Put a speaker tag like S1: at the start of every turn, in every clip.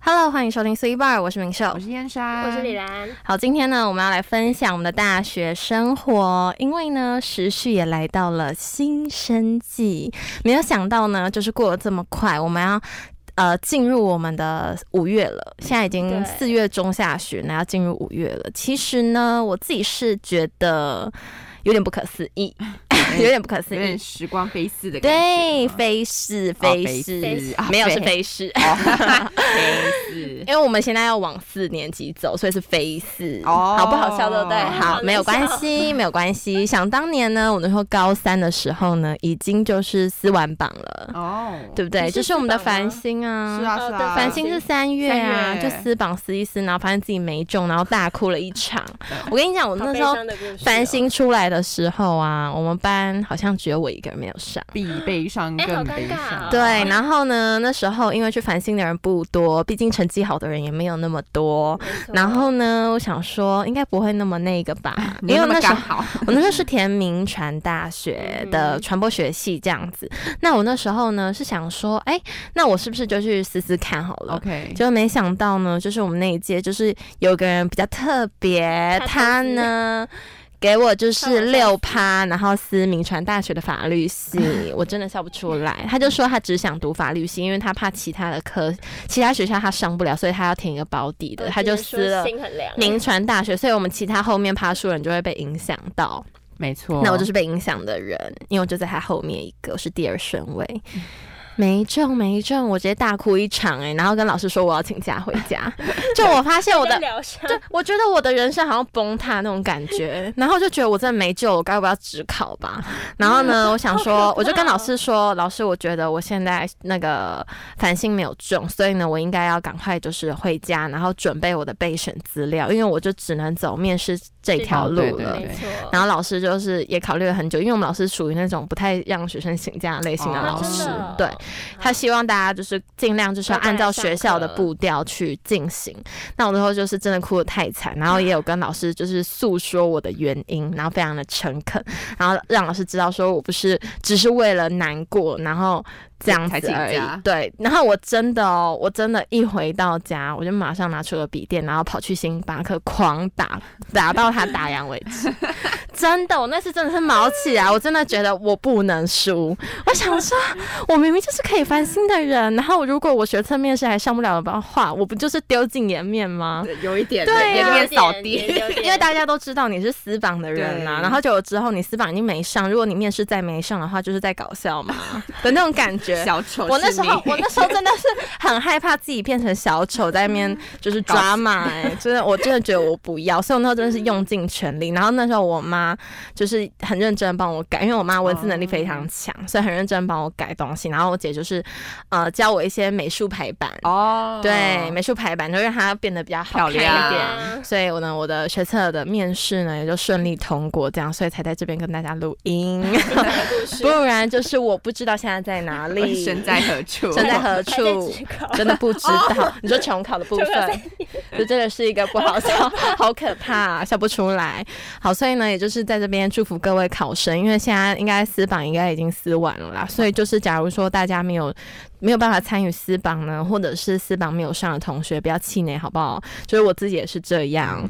S1: Hello，欢迎收听 C Bar，我是明秀
S2: 我。是燕莎，
S3: 我是李兰，
S1: 好，今天呢，我们要来分享我们的大学生活，因为呢，时序也来到了新生季，没有想到呢，就是过得这么快，我们要。呃，进入我们的五月了，现在已经
S3: 对
S1: 四月中下旬了，要进入五月了。其实呢，我自己是觉得有点不可思议， 有点不可思
S2: 哎有点
S1: 议，
S2: 时光飞逝的感
S1: 对，
S2: 觉。
S1: 非是
S2: 哦
S1: 非
S2: 非
S1: 是，
S2: 是啊
S1: 没有是
S2: 非
S1: 非是，
S2: 哦，飞逝。
S1: 因为我们现在要往四年级走，所以是飞四，
S2: 哦
S1: 好不好笑对不对？
S2: 好
S1: 好，
S3: 好
S1: 没有关
S3: 好
S1: 系，没有关系。想当年呢，我那时候高三的时候呢，已经就是撕完榜了，
S2: 哦，
S1: 对不对？
S3: 你是
S1: 这是我们的
S3: 撕榜
S1: 繁
S3: 吗
S1: 星啊，
S2: 是啊
S3: 哦
S2: 是
S3: 对
S2: 啊，
S1: 繁星是三月啊，
S2: 三月
S1: 就撕榜撕一撕，然后发现自己没中，然后大哭了一场。我跟你讲，我
S3: 好
S1: 那
S3: 悲
S1: 时候
S3: 伤的故事哦
S1: 繁星出来的时候啊，我们班好像只有我一个人没有上。
S2: 比悲伤
S3: 哎好
S2: 更
S3: 尴
S2: 悲
S3: 尬
S2: 伤。
S3: 哦
S1: 对，然后呢，那时候因为去繁星的人不多，毕竟成绩好的人也没有那么多。
S3: 没错
S1: 然后呢，我想说应该不会那么那个吧，
S2: 你
S1: 因为
S2: 又
S1: 我那
S2: 那么
S1: 时
S2: 刚
S1: 候
S2: 好，
S1: 我那时候是填明传大学的
S3: 嗯
S1: 传播学系这样子。那我那时候呢是想说，哎、那我是不是就去试试看好了？
S2: OK，
S1: 结果没想到呢，就是我们那一届就是有个人比较特别，他
S3: 他投资
S1: 呢。给我就
S3: 他晚
S1: 是
S3: 上
S1: 六趴，然后思明传大学的法律系，我真的笑不出来。他就说他只想读法律系，因为他怕其他的科、其他学校他上不了，所以他要填一个保底的，
S3: 我
S1: 他
S3: 只
S1: 就
S3: 能
S1: 撕
S3: 说
S1: 了
S3: 心很凉，
S1: 名传大学，所以我们其他后面爬树人就会被影响到。
S2: 没错。
S1: 那我就是被影响的人，因为我就在他后面一个，我是第二顺位。没中，没中，我直接大哭一场哎、然后跟老师说我要请假回家。 就我发现我的
S3: 在，疗伤，
S1: 就我觉得我的人生好像崩塌那种感觉，然后就觉得我真的没救了，我该不要只考吧？然后呢，我想说，我就跟老师说，老师，我觉得我现在那个繁星没有中，所以呢，我应该要赶快就是回家，然后准备我的备选资料，因为我就只能走面试这条路了。
S2: 对对对
S3: 没错。
S1: 然后老师就是也考虑了很久，因为我们老师属于那种不太让学生请假类型的
S2: 哦
S1: 老
S3: 啊
S1: 师，
S3: 真的哦
S1: 对他希望大家就是尽量就是要按照学校的
S3: 乖乖地上
S1: 步
S3: 课
S1: 调去进行。那我那时候就是真的哭得太惨，然后也有跟老师就是诉说我的原因，然后非常的诚恳，然后让老师知道说我不是只是为了难过，然后。这样
S2: 才
S1: 子
S2: 请
S1: 而已
S2: 假，
S1: 对。然后我真的哦，我真的，一回到家，我就马上拿出了笔电，然后跑去星巴克狂打，打到他打烊为止。真的，我那次真的是毛起来，我真的觉得我不能输。我想说，我明明就是可以翻新的人，然后如果我学测面试还上不了的话，我不就是丢尽颜面吗？
S2: 对有一点
S1: 对啊
S2: 颜面扫地。
S1: 因
S3: 因
S1: 为大家都知道你是死榜的人呐、
S2: 对
S1: 然后久了之后你死榜已经没上，如果你面试再没上的话，就是在搞笑 嘛的那种感觉。
S2: 小丑是你，
S1: 我那时候，我那时候真的是很害怕自己变成小丑，在那
S2: 嗯
S1: 边就是抓马、哎，真的，我真的觉得我不要，所以我那时候真的是用尽全力。然后那时候我妈就是很认真地帮我改，因为我妈文字能力非
S2: 哦
S1: 常强，所以很认真地帮我改东西。然后我姐就是呃教我一些美术排版，
S2: 哦，
S1: 对，美术排版就让它变得比较好
S2: 漂
S1: 看一
S2: 亮
S1: 点。所以我呢，我的学测的面试呢也就顺利通过，这样，所以才在这边跟大家录音，
S3: 的故 事
S1: 不然就是我不知道现在在哪里，
S2: 身在何处？
S1: 身在何
S3: 还在
S1: 处。
S3: 职考
S1: 真的不知道，你说穷考的部
S3: 穷考
S1: 分，这真的是一个不好笑，好可怕、笑不出来。好，所以呢，也就是在这边祝福各位考生，因为现在应该私榜应该已经撕完了啦，所以就是假如说大家没有没有办法参与私榜呢，或者是私榜没有上的同学，不要气馁，好不好？就是我自己也是这样。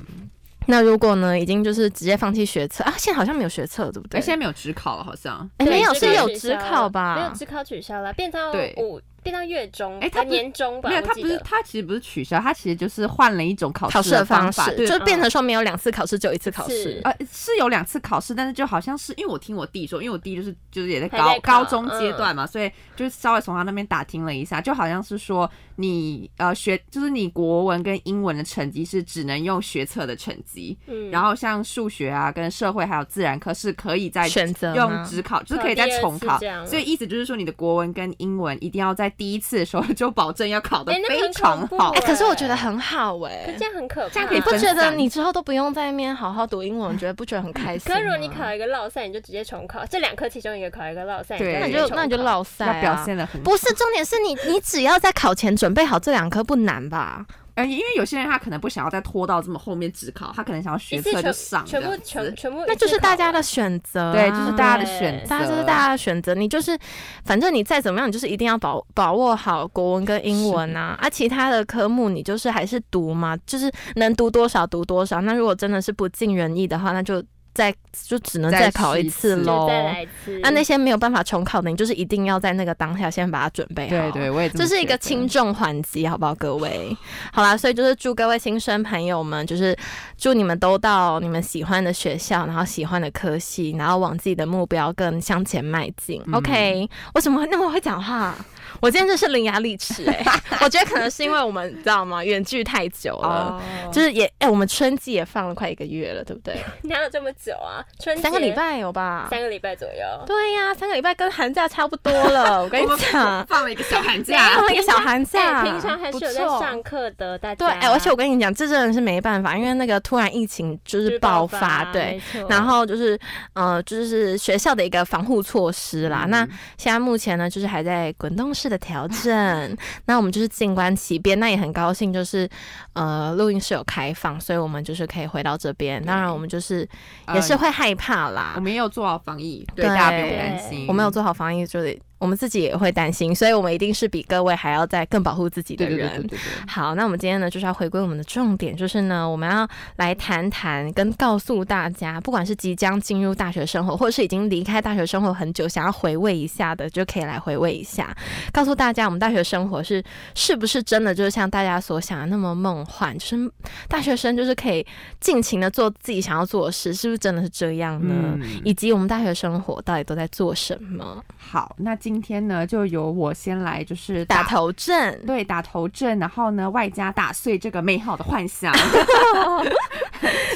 S1: 那如果呢，已经就是直接放弃学测啊，现在好像没有学测，对不
S2: 哎，
S1: 对？
S2: 现在没有职考了，好像。
S1: 哎没有
S3: 对
S1: 是有
S3: 取消
S1: 职
S3: 了
S1: 考吧？
S3: 没有职考取消了，变到
S2: 对
S3: 五，变到月中，
S2: 哎他
S3: 啊
S2: 不是
S3: 年中吧，
S2: 没有，
S3: 我
S2: 他
S3: 记
S2: 不是，
S3: 得
S2: 他其实不是取消，他其实就是换了一种考
S1: 考
S2: 试
S1: 试的
S2: 方
S1: 方
S2: 法，
S1: 式，
S2: 对
S1: 就变成说没有两次考试，只有一次考试
S3: 是。
S2: 呃，是有两次考试，但是就好像是因为我听我弟说，因为我弟就是就是也在
S3: 还
S2: 高
S3: 在考嗯
S2: 高中阶段嘛，所以就是稍微从他那边打听了一下，就好像是说你呃学就是你国文跟英文的成绩是只能用学测的成绩，
S3: 嗯
S2: 然后像数学啊跟社会还有自然科是可以在
S1: 选择
S2: 用
S1: 吗
S2: 只考，就是
S3: 考
S2: 可以再
S3: 第二
S2: 重
S3: 次
S2: 考
S3: 这，样
S2: 所以意思就是说你的国文跟英文一定要在第一次的时候 就保证要考得
S3: 哎那个
S2: 非
S3: 很
S2: 常
S3: 恐怖
S2: 好
S1: 哎、
S3: 欸。
S1: 可是我觉得很好哎、
S3: 可这样很可怕，
S2: 这样可以
S1: 你不
S2: 分
S1: 觉得
S2: 散
S1: 你之后都不用在那边好好读英文，觉得不觉得很开心
S3: 可
S1: 吗？
S3: 是如果你考一个落赛，你就直接重考，这两科其中一个考一个落赛，
S2: 对
S1: 那
S3: 你
S1: 你
S3: 就
S1: 就
S3: 直接
S1: 那你就
S3: 重考
S1: 落赛、
S2: 要
S1: 啊、
S2: 表现的很
S3: 哦
S1: 不是重点是你，你只要在考前准备好这两科不难吧？
S2: 呃，因为有些人他可能不想要再拖到这么后面只考，他可能想要学
S3: 一次
S2: 测就
S3: 全
S2: 上
S3: 全部
S2: 这样子
S3: 全全部一次考完，
S1: 那就是大家的选择啊、
S2: 对，就是大家的
S3: 对
S2: 选择，
S1: 大家就是大家的选择，你就是，反正你再怎么样，你就是一定要把把握好国文跟英文啊，啊，其他的科目你就是还是读嘛，就是能读多少读多少。那如果真的是不尽人意的话，那就再就只能
S2: 再
S1: 再考
S2: 试一
S1: 一次
S2: 次
S1: 喽
S3: 就。再来一次。
S1: 那、那些没有办法重考的，你就是一定要在那个当下先把它准备好。
S2: 对对，我也
S1: 这
S2: 么
S1: 是一
S2: 觉
S1: 个
S2: 得
S1: 轻重缓急，好不好，各位？好啦，所以就是祝各位新生朋友们，就是祝你们都到你们喜欢的学校，然后喜欢的科系，然后往自己的目标更向前迈进。OK，为
S2: 嗯
S1: 什么会那么会讲话？我今天真是伶牙俐齿哎， 我觉得可能是因为我们你知道吗，远距太久了。
S2: 哦，
S1: 就是也哎、我们春季也放了快一个月了，对不对？
S3: 哪有这么久啊？春节
S1: 三个礼，拜有吧？
S3: 三个礼拜左右。
S1: 对呀、三个礼拜跟寒假差不多了。我跟你
S2: 我们
S1: 讲，
S2: 放了一个小寒
S3: 没
S2: 假
S3: 有，
S1: 放一个小寒假，
S3: 哎平常还是有在
S1: 不错
S3: 上课的，大家。
S1: 对，哎、而且我跟你讲，这真的是没办法，因为那个突然疫情就
S3: 就是是
S1: 爆
S3: 爆
S1: 发，对。
S3: 没错
S1: 然后就是，呃，就是学校的一个防护措施
S2: 嗯
S1: 啦。那现在目前呢，就是还在滚动式的调整。那我们就是静观其变。那也很高兴，就是呃，录音室有开放，所以我们就是可以回到这边。当然，我们就是也是
S2: 呃
S1: 会害怕啦。
S2: 我们也有做好防疫，对
S1: 对
S2: 大家不用
S1: 对
S2: 担心，
S1: 我们有做好防疫，就是我们自己也会担心，所以我们一定是比各位还要再更保护自己的
S2: 对对对
S1: 人。
S2: 对对对，
S1: 好，那我们今天呢，就是要回归我们的重点，就是呢，我们要来谈谈跟告诉大家，不管是即将进入大学生活，或者是已经离开大学生活很久，想要回味一下的，就可以来回味一下，告诉大家我们大学生活是是不是真的就是像大家所想的那么梦幻，就是大学生就是可以尽情的做自己想要做的事，是不是真的是这样呢？
S2: 嗯
S1: 以及我们大学生活到底都在做什么？
S2: 好，那今天呢，就由我先来，就是
S1: 打头阵，
S2: 对打头阵，然后呢，外加打碎这个美好的幻想。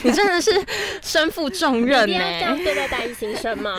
S1: 你真的是身负 重任欸
S3: 一
S1: 呢、
S3: 定要这样对待大一新生 吗？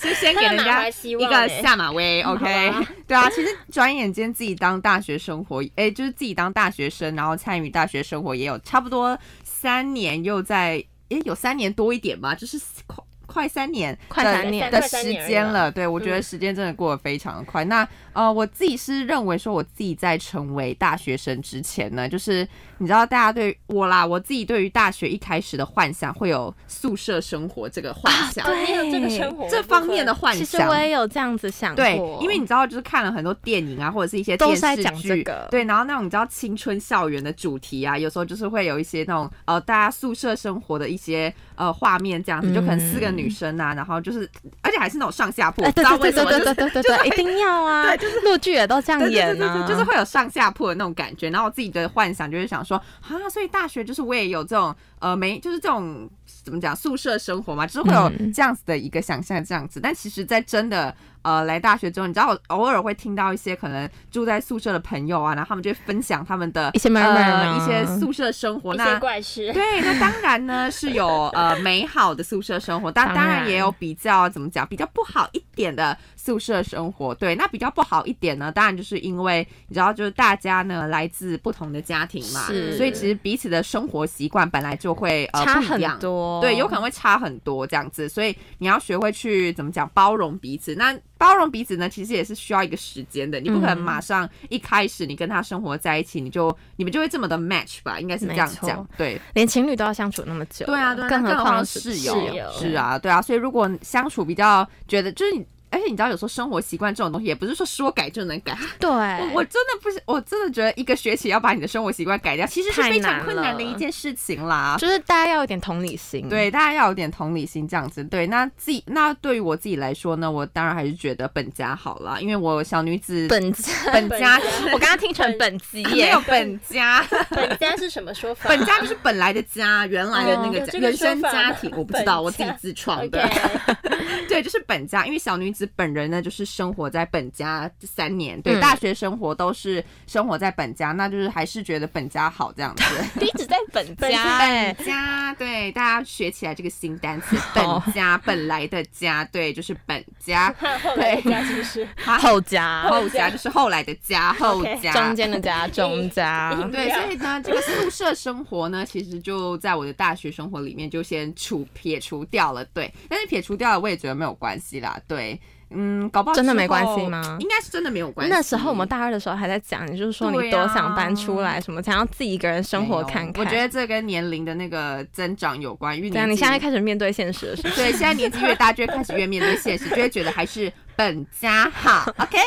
S2: 是先给
S3: 他
S2: 人
S3: 们满
S2: 家
S3: 怀
S2: 一
S3: 希望
S2: 个
S3: 欸
S2: 下马 威，OK？
S3: 好吧
S2: 对啊，其实转眼间自己当大学生活，哎、就是自己当大学生，然后参与大学生活也有差不多三年，又在哎、有三年多一点吧，就是快快三年，
S1: 快三年
S2: 的
S3: 快三
S2: 时
S3: 年而已嗯
S2: 间
S3: 了
S2: 了。对，我觉得时间真的过得非常的快。那呃，我自己是认为说，我自己在成为大学生之前呢，就是你知道，大家对我啦，我自己对于大学一开始的幻想会有宿舍生活这个幻想，
S3: 哦，你有这个生活
S2: 这
S3: 部
S2: 方面
S3: 分
S2: 的幻
S1: 其
S2: 想。
S1: 实我也有这样子想过，
S2: 对，因为你知道，就是看了很多电影啊，或者是一些
S1: 都
S2: 电
S1: 是在
S2: 视
S1: 讲这
S2: 剧，
S1: 个
S2: 对，然后那种你知道青春校园的主题啊，有时候就是会有一些那种呃大家宿舍生活的一些呃画面这样子，就可能四个女生啊，然后就是而且还是那种上下铺，
S1: 嗯哎，
S2: 不
S1: 对
S2: 知道
S1: 对
S2: 为
S1: 对
S2: 什
S1: 对
S2: 么
S1: 对
S2: 就是
S1: 对对对对，一定要啊！陆剧也都这样
S2: 对对
S1: 演
S2: 对对
S1: 啊，
S2: 对，就是会有上下铺的那种感觉。然后我自己的幻想就是想说，啊，所以大学就是我也有这种呃没，就是这种怎么讲宿舍生活嘛，就是会有
S1: 嗯
S2: 这样子的一个想象这样子。但其实，在真的呃来大学之后，你知道我偶尔会听到一些可能住在宿舍的朋友啊，然后他们就会分享他们的
S1: 一些 murmur
S2: 呃
S1: 啊
S2: 一些宿舍生活。
S3: 一
S2: 那
S3: 些怪 事，
S2: 对，那当然呢是有呃美好的宿舍生活，但
S1: 当
S2: 当
S1: 然
S2: 然也有比较怎么讲比较不好一点的宿舍生活。对，那比较不好一点呢，当然就是因为你知道，就是大家呢来自不同的家庭嘛，
S1: 是
S2: 所以其实彼此的生活习惯本来就会呃
S1: 差
S2: 不一样
S1: 很。多，
S2: 对，有可能会差很多这样子，所以你要学会去怎么讲包容彼此。那包容彼此呢，其实也是需要一个时间的，你不可能
S1: 嗯
S2: 马上一开始你跟他生活在一起，你就你们就会这么的 match 吧，应该是这样
S1: 没错
S2: 讲。对，
S1: 连情侣都要相处那么久，
S2: 对啊，对啊，
S1: 更
S2: 那
S1: 何
S2: 何
S1: 况
S2: 是
S1: 室
S2: 友
S3: 室友
S2: 是啊，对啊，所以如果相处比较觉得就是你。而且你知道，有时候生活习惯这种东西，也不是说说改就能改。
S1: 对，
S2: 我我真的不是，我真的觉得一个学期要把你的生活习惯改掉，其实是
S1: 太
S2: 非常
S1: 难
S2: 困难的
S1: 了
S2: 一件事情啦。
S1: 就是大家要有点同理心，，
S2: 对，大家要有点同理心，这样子。对，那自己那对于我自己来说呢，我当然还是觉得本家好啦，因为我小女子
S1: 本机，
S2: 本
S3: 本
S2: 家
S3: 家
S1: 我刚刚听成本机
S2: 没
S1: 耶
S2: 有，本 家，
S3: 本家是什么 说法？
S2: 本家就是本来的家，原来的那嗯个
S3: 哦有
S2: 家
S3: 这个
S2: 原生
S3: 说法
S2: 家
S3: 吗
S2: 庭，我不知道，
S3: 本
S2: 我自己
S3: 家
S2: 自创的。
S3: OK，
S2: 对，就是本家，因为小女子本人呢，就是生活在本家这三年，对，
S1: 嗯
S2: 大学生活都是生活在本家，那就是还是觉得本家好这样子。
S1: 一直在本
S3: 本
S1: 家，
S3: 家
S1: 哎，
S2: 家，对，大家学起来这个新单词，
S1: 好
S2: 本家，本来的家，对，就是本家，
S3: 还有后来的家是不是？
S2: 啊
S1: 哎后家，
S2: 后家就是后来的家，后
S3: OK
S2: 家，
S1: 中间的 家，中家，
S3: 一
S2: 对，所以呢，这个宿舍生活呢，其实就在我的大学生活里面就先除撇除掉了，对。但是撇除掉了，我也觉得没有关系啦，对。嗯，搞不好
S1: 真的
S2: 之
S1: 没关系
S2: 后
S1: 吗
S2: 应该是真的没有关系。
S1: 那时候我们大二的时候还在讲，你就是说
S2: 对
S1: 你
S2: 啊
S1: 多想搬出来，什么想要自己一个人生活
S2: 没有
S1: 看看。
S2: 我觉得这跟年龄的那个增长有关，因为
S1: 对啊，你
S2: 年纪
S1: 现在开始面对现实了，是 不是
S2: 对，现在年纪越大，就会开始越面对现实，就会觉得还是本家好，OK，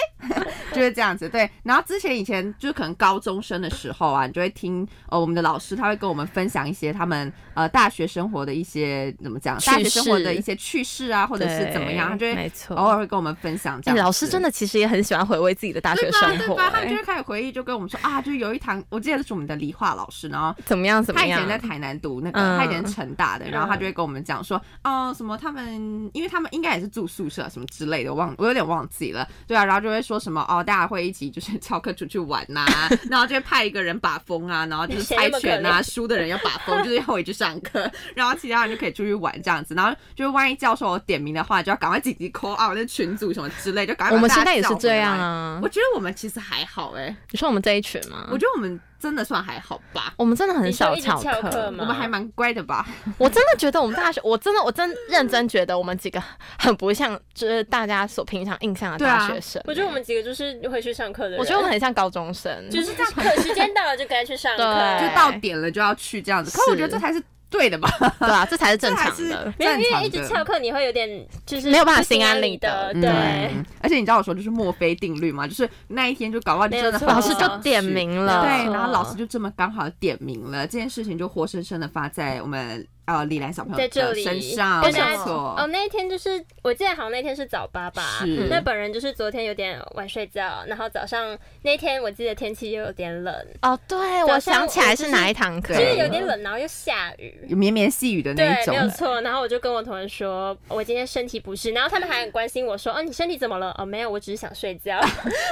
S2: 就是这样子。对，然后之前以前就是可能高中生的时候啊，你就会听呃我们的老师他会跟我们分享一些他们呃大学生活的一些怎么讲，大
S1: 趣
S2: 学生活的
S1: 事
S2: 一些趣事啊，或者是怎么样，他就
S1: 对
S2: 会
S1: 没错。
S2: 偶尔会跟我们分享这
S1: 哎
S2: 样子。
S1: 老师真的其实也很喜欢回味自己的大学
S2: 啊对吧？
S1: 生活、
S2: 对吧？他们就
S1: 哎
S2: 会开始回忆，就跟我们说啊，就有一堂，我记得是我们的理化老师，然后
S1: 怎么样怎么
S2: 他以
S1: 样
S2: 前？在台南读那个，
S1: 嗯
S2: 他以前是成大的，然后他
S3: 嗯
S2: 就会跟我们讲说，哦，什么他们，因为他们应该也是住宿舍什么之类的，忘我有点忘记了，对啊，然后就会说什么哦，大家会一起就是翘课出去玩 呐、然后就会派一个人把风啊，然后就是
S3: 谁
S2: 猜
S3: 那么可
S2: 拳啊，
S3: 怜
S2: 输的人要把风，就是要回去上课， 然后其他人就可以出去玩这样子，然后就是万一教授有点名的话，就要赶快紧急 call out 那群组什么之类，就赶快把
S1: 我们
S2: 大家
S1: 现在也
S2: 叫
S1: 是
S2: 回
S1: 这样
S2: 来。
S1: 啊
S2: 我。觉得我们其实还好哎、
S1: 你说我们这一群吗
S2: 我？觉得我们真的算还好吧，
S1: 我们真的很
S3: 你说
S1: 少
S3: 一直
S1: 翘
S3: 翘课
S1: 课，
S3: 吗
S2: 我们还蛮乖的吧。
S1: 我真的觉得我们大学，我真的我真认真觉得我们几个很不像，就是大家所平常印象的
S2: 对啊
S1: 大学生。欸
S3: 我觉得我们几个就是会去上课的人，
S1: 我觉得我们很像高中生，
S3: 就是这样，课时间到了就该去上
S1: 对
S3: 课，
S2: 就到点了就要去这样子。可我觉得
S1: 哎是
S2: 这才是对的吧，
S1: 对啊，这才是正
S2: 这才
S1: 常
S2: 是
S1: 的。
S3: 没有，
S2: 正
S3: 因
S2: 常
S3: 为
S2: 的
S3: 一直翘课你会有点就是
S1: 没有办法心
S3: 心
S1: 安
S3: 安
S1: 理得
S3: 得，
S1: 嗯
S3: 对。
S2: 嗯而且你知道我说就是墨菲定律嘛，就是那一天就搞完
S3: 没有
S2: 真的很
S3: 错
S1: 老师
S2: 想
S1: 就
S2: 去
S1: 点。名了，
S2: 对，然后老师就这么刚好点名了，这件事情就活生生的发在我们呃李兰小朋友
S3: 在这
S2: 的
S3: 里
S2: 身上，
S3: 跟
S2: 没
S1: 大家
S3: 哦，
S2: 错，
S3: 那一天就是我记得好像那天是早八吧，
S2: 是
S3: 那本人就是昨天有点晚睡觉，然后早上那天我记得天气又有点冷，
S1: 哦，对，我想起来是哪一堂课，
S2: 就
S3: 就是是有点。冷，然后又下雨。
S2: 有绵绵细雨的
S3: 对
S2: 那一，种
S3: 没。有错。然后我就跟我同学说，我今天身体不适，然后他们还很关心我说，哦，你身体怎么了？哦，没有，我只是想睡觉。
S2: 啊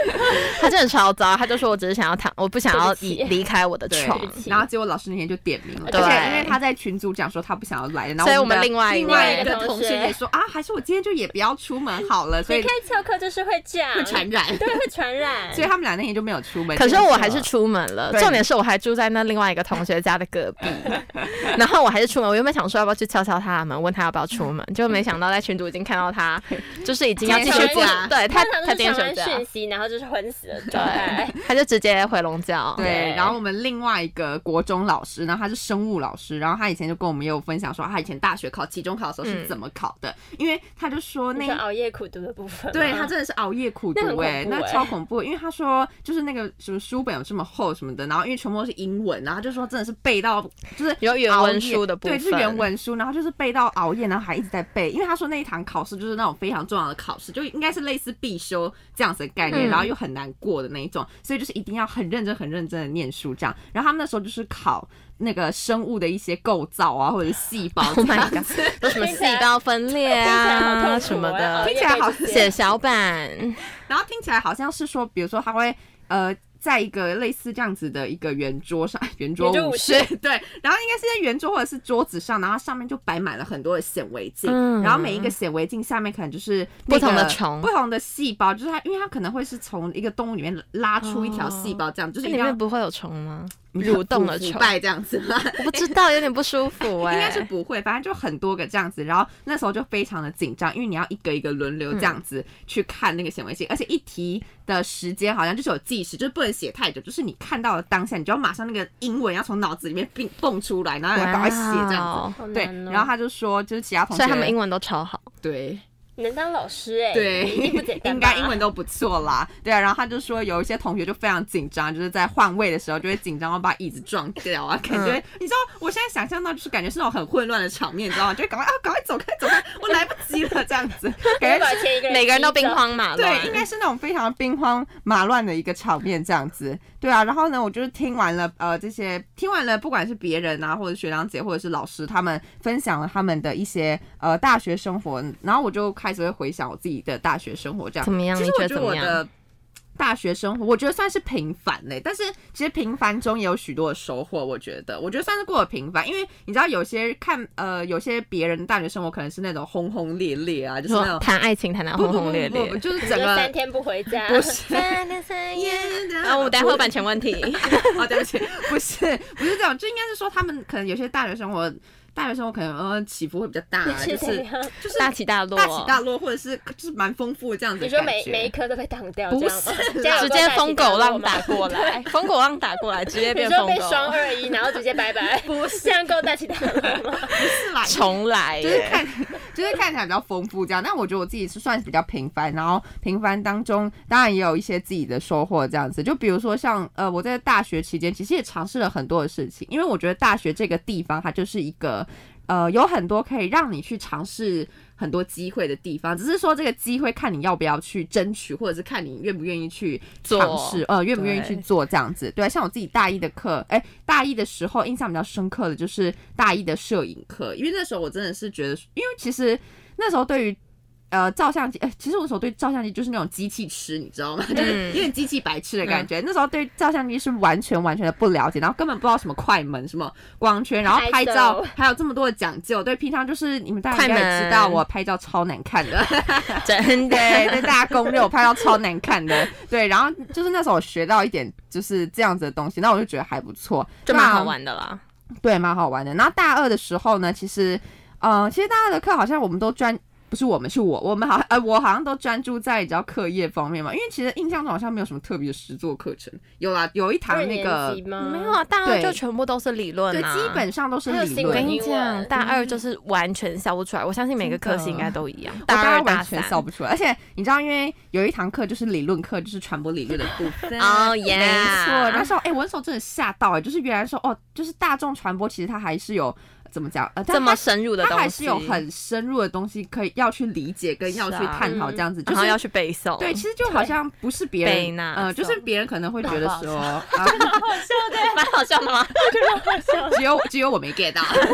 S1: 他真的超糟，他就说我只是想要躺，我不想要离
S3: 对不起
S1: 离开我的
S2: 对
S1: 床。
S3: 起
S2: 然后结果老师那天就点名了，
S1: 对
S2: 而且因为他在群组讲说他不想要来，然后
S1: 所以我们
S2: 们的
S1: 另外一
S2: 另外
S1: 位
S2: 一个同
S3: 同
S2: 事
S3: 学
S2: 也说啊，还是我今天就也不要出门好了，所
S3: 你
S2: 以
S3: 看翘课就是会这样，
S2: 会传染。
S3: 对，会传 染。
S2: 所以他们俩那天就没有出门。
S1: 可是
S2: 真的
S1: 我还是出门了，
S2: 对
S1: 重点是我还住在那另外一个同学家的隔壁，然后我还是出门。我原本想说要不要去敲敲他的门，问他要不要出门，就没想到在群组已经看到他，就是已经要继续
S2: 今天
S1: 不
S2: 休假，
S1: 对他
S3: 通常
S1: 他
S3: 都
S1: 今天
S3: 是
S1: 选
S3: 传完
S1: 择，
S3: 讯息，然后就是昏死的状态。
S1: 对，他就直接回笼觉。
S2: 对
S3: 对，
S2: 然后我们另外一个国中老师，然后他是生物老师，然后他以前就跟我们也有分享说，他以前大学考期中考的时候是
S1: 嗯
S2: 怎么考的，因为他就说
S3: 那
S2: 那
S3: 个熬夜苦读的部分吗，
S2: 对他真的是熬夜苦
S3: 那很
S2: 读
S3: 恐
S2: 哎、
S3: 怖
S2: 那
S3: 欸
S2: 超恐怖。因为他说就是那个什么书本有这么厚什么的，然后因为全部都是英文，然后他就说真的是背到就是
S1: 有原
S2: 熬夜
S1: 文书的部分，
S2: 对，就是原文书，然后就是背到熬夜，然后还一直在背。因为他说那一堂考试就是那种非常重要的考试，就应该是类似必修这样子的概念，
S1: 嗯
S2: 然后又很难过的那一种，所以就是一定要很认真、很认真的念书这样。然后他们那时候就是考那个生物的一些构造啊，或者是细胞
S1: Oh
S2: 这
S1: my
S2: 样
S1: god，
S2: 子。
S1: 有什么细胞分裂
S3: 听起来好痛苦
S1: 啊
S3: 哦
S1: 什么
S3: 要熬
S1: 的
S3: 夜
S2: 听起来好
S3: 背这些
S1: 血小板，
S2: 然后听起来好像是说，比如说他会呃。在一个类似这样子的一个圆桌上， 圆桌
S3: 圆桌
S2: 武
S3: 武
S2: 士
S3: 士
S2: 对，然后应该是在圆桌或者是桌子上，然后上面就摆满了很多的显微镜，
S1: 嗯
S2: 然后每一个显微镜下面可能就是、那
S1: 不
S2: 个
S1: 同的虫
S2: 不同的细胞，就是它，因为它可能会是从一个动物里面拉出一条细胞这样，就是
S1: 那哦哎里
S2: 一定要
S1: 面不会有虫吗？
S2: 你
S1: 蠕动的
S2: 腐
S1: 虫，
S2: 败这样子吗？
S1: 我不知道，有点不舒服
S2: 应
S1: 哎
S2: 该是。不会，反正就很多个这样子。然后那时候就非常的紧张，因为你要一个一个轮流这
S1: 嗯
S2: 样子去看那个显微镜，而且一题的时间好像就是有计时，就是不能写太久，就是你看到了当下，你就要马上那个英文要从脑子里面并蹦出来，然后要赶快写这样子。
S1: 哎哇哦
S3: 好
S2: 对，
S3: 难哦
S2: 然后他就说，就是其他同学，
S1: 所以他们英文都超好，
S2: 对
S3: 能当老师哎、
S2: 对，
S3: 一定不简单，
S2: 应该英文。都不错啦。对啊，然后他就说有一些同学就非常紧张，就是在换位的时候就会紧张到把椅子撞掉
S3: 嗯
S2: 啊，感觉、你知道，我现在想象到就是感觉是那种很混乱的场 面，你知道吗？就会赶快啊，赶快走开，走开，我来不及了这样 子，感
S3: 要
S2: 觉
S3: 把
S2: 是。
S3: 前一个人
S1: 每个人都
S3: 逼
S1: 兵
S3: 走，
S1: 荒马乱
S2: 对，。应该是那种非常兵荒马乱的一个场面这样子，对啊。然后呢，我就是听完了呃这些，听完了不管是别人啊，或者学长姐，或者是老师，他们分享了他们的一些呃大学生活，然后我就开始会回想我自己的大学生活这样。
S1: 怎么样？
S2: 其
S1: 你
S2: 实我
S1: 觉
S2: 觉
S1: 得
S2: 得
S1: 怎么
S2: 我
S1: 样？
S2: 的大学生活，我觉得算是平凡嘞、但是其实平凡中也有许多的收获。我觉得，我觉得算是过得平凡，因为你知道有些看呃，有些别人的大学生活可能是那种轰轰烈烈啊，就是那
S1: 说
S2: 种
S1: 谈爱情谈得
S2: 不
S1: 轰
S2: 不不
S1: 轰烈
S2: 不不不，
S1: 烈。
S2: 就是整
S3: 就
S2: 个
S3: 三天不回家，
S2: 不是
S3: 三天三夜。
S1: 啊，我们等下会有版权问题。
S2: 哦，对不起，不是不是这种，就应该是说他们可能有些大学生活。大学生活可能呃起伏会比较大、啊，就是
S3: 怎样？
S2: 就是
S1: 大起大落，
S2: 大起大落，或者是就是蛮丰富的这样子
S3: 你
S2: 的
S3: 说
S2: 感觉。
S3: 每每一颗都被挡掉，
S2: 不
S3: 这样吗
S2: 是啦
S3: 这样有
S1: 直
S3: 够
S1: 接
S3: 大起
S1: 疯
S3: 大
S1: 狗
S3: 落
S1: 浪
S3: 吗
S1: 打过 来，疯狗浪打过来，直接
S3: 比
S1: 变
S3: 如
S1: 疯
S3: 说
S1: 狗
S3: 被双二一，然后直接拜拜，不是这样够大起大落吗？
S2: 是啦，
S1: 重 来
S2: 就是
S1: 耶，
S2: 看，就是看起来比较丰富这样。但我觉得我自己是算是比较平凡，然后平凡当中当然也有一些自己的收获这样子。就比如说像呃，我在大学期间其实也尝试了很多的事情，因为我觉得大学这个地方它就是一个。呃，有很多可以让你去尝试很多机会的地方，只是说这个机会看你要不要去争取，或者是看你愿不愿意去
S1: 做
S2: 尝试，呃，愿不愿意去
S1: 对
S2: 做这样子。对，像我自己大一的课，哎、大一的时候印象比较深刻的就是大一的摄影课，因为那时候我真的是觉得，因为其实那时候对于。呃，照相机，哎、其实我那时候对照相机就是那种机器痴，你知道吗？
S1: 嗯
S2: 就是有点机器白痴的感觉。那时候对照相机是完全完全的不了解，然后根本不知道什么快门、什么光圈，然后
S3: 拍
S2: 拍照
S3: 手
S2: 还有这么多的讲究。对，平常就是你们大家应
S1: 快
S2: 该也知道，
S1: 门
S2: 我拍照超难看的。
S1: 真的。
S2: 对，对大家攻略我拍到超难看的，对，然后就是那时候我学到一点就是这样子的东西，那我就觉得还不错，
S1: 就蛮
S2: 那
S1: 好，玩的啦，
S2: 对，蛮好玩的。然后大二的时候呢，其实，呃，其实大二的课好像我们都专。不是我们，是我，我们好，呃，我好像都专注在比较课业方面嘛，因为其实印象中好像没有什么特别的实作课程，有啦，有一堂
S3: 二
S2: 那
S3: 年
S2: 个，
S3: 级吗？
S1: 没有，啊，大二
S2: 对
S1: 就全部都是理论
S2: 对，
S1: 啊，
S2: 基本上都是
S3: 还有
S2: 理
S3: 行
S1: 我
S3: 为
S1: 跟
S2: 论，
S1: 你
S3: 英文
S1: 讲，大二就是完全笑不出来。我相信每个科系应该都一样，大
S2: 嗯二
S1: 二
S2: 完
S1: 大
S2: 全
S1: 三。
S2: 笑不出来。而且你知道，因为有一堂课就是理论课，就是传播理论的部 分。
S1: 哦
S2: 没错。那
S1: 耶！
S2: 时候，哎、我那时候真的吓到、哎，就是原来说，哦，就是大众传播，其实它还是有怎么讲，呃，它
S1: 这么深入的
S2: 它
S1: 东西，
S2: 它还是有很深入的东西可以要去理解跟要去
S1: 是啊
S2: 探讨这样子，就
S1: 然后
S2: 是
S1: 要去背诵。
S2: 对，其实就好像不是别
S1: 贝
S2: 人，
S1: 纳
S2: 呃，就是别人可能会觉得
S1: 好不
S2: 说，
S1: 好
S2: 啊，
S1: 对，蛮好笑的 吗？
S2: 只有只有我没 get 到，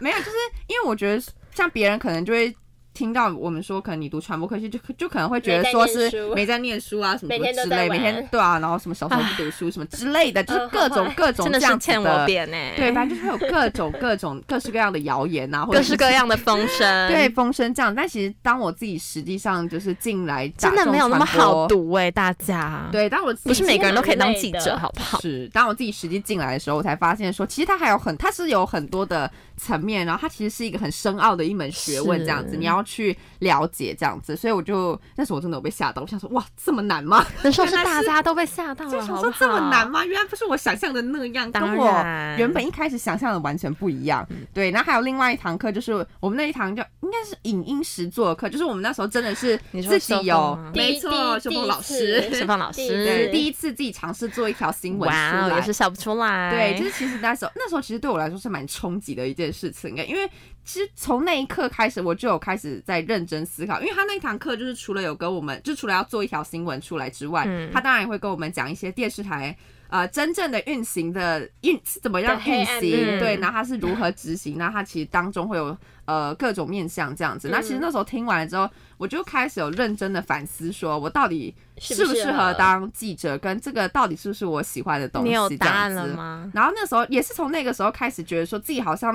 S2: 没有，就是因为我觉得像别人可能就会。听到我们说，可能你读传播科系，就就可能会觉得说
S3: 没在念
S2: 是
S3: 书
S2: 没在念书啊，什么
S3: 每
S2: 什么
S3: 天都
S2: 之
S3: 在
S2: 类，每
S3: 玩
S2: 天对啊，然后什么小时候不读书什么之类的，就是
S3: 呃
S2: 各种
S3: 坏坏
S2: 各种
S1: 真
S2: 这
S1: 的是
S2: 样子
S1: 欠我
S2: 的，
S1: 扁哎！
S2: 对，，反正就是会有各种各种各式各样的谣言啊，或者
S1: 各式各样的 风声，
S2: 对，风声这样。但其实当我自己实际上就是进来，
S1: 真的没有那么好。读哎，大家。，
S2: 对，当我自己
S1: 不是每个人都可以当
S3: 其实
S1: 记
S3: 蛮累的
S1: 者，好不好？
S2: 是，当我自己实际进来的时候，我才发现说，其实它还有很，它是有很多的层面，然后它其实是一个很深奥的一门学问，
S1: 是
S2: 这样子，你要去了解这样子。所以我就那时候我真的有被吓到，我想说，哇，这么难吗？
S1: 那时候是大家都被吓到
S2: 就
S1: 了，
S2: 想
S1: 好
S2: 说
S1: 不
S2: 这么难
S1: 好？
S2: 吗？原来不是我想象的那样，跟
S1: 当
S2: 我
S1: 然
S2: 原本一开始想象的完全不一样。对，然后还有另外一堂课，就是我们那一堂叫应该是影音实作的课，就是我们那时候真的是
S1: 你说
S2: 自己
S1: 修
S2: 有
S1: 凤吗，
S2: 没错，
S3: 第
S2: 修凤
S3: 一第一
S2: 老
S3: 次
S2: 师，
S1: 秀凤老师
S2: 对，
S1: 是
S2: 第一次自己尝试做一条新闻出
S1: 哇哦，
S2: 来
S1: 也是。笑不出来。
S2: 对，就是其实那时候，那时候其实对我来说是蛮冲击的一件事情的，因为其实从那一刻开始，我就有开始在认真思考，因为他那一堂课就是除了有跟我们，就除了要做一条新闻出来之外，
S1: 嗯
S2: 他当然也会跟我们讲一些电视台。呃，真正的运行的运是怎么样
S3: 的黑
S2: 运
S3: 暗
S2: 行？
S1: 面
S2: 对，那它是如何执行？那它其实当中会有呃各种面向这样子。那其实
S3: 嗯
S2: 那时候听完了之后，我就开始有认真的反思，说我到底
S3: 适
S2: 适
S3: 不
S2: 不
S3: 适
S2: 适
S3: 合
S2: 合当记者，跟这个到底是不是我喜欢的东西？
S1: 你有
S2: 这样
S1: 答案了
S2: 子
S1: 吗？
S2: 然后那时候也是从那个时候开始，觉得说自己好像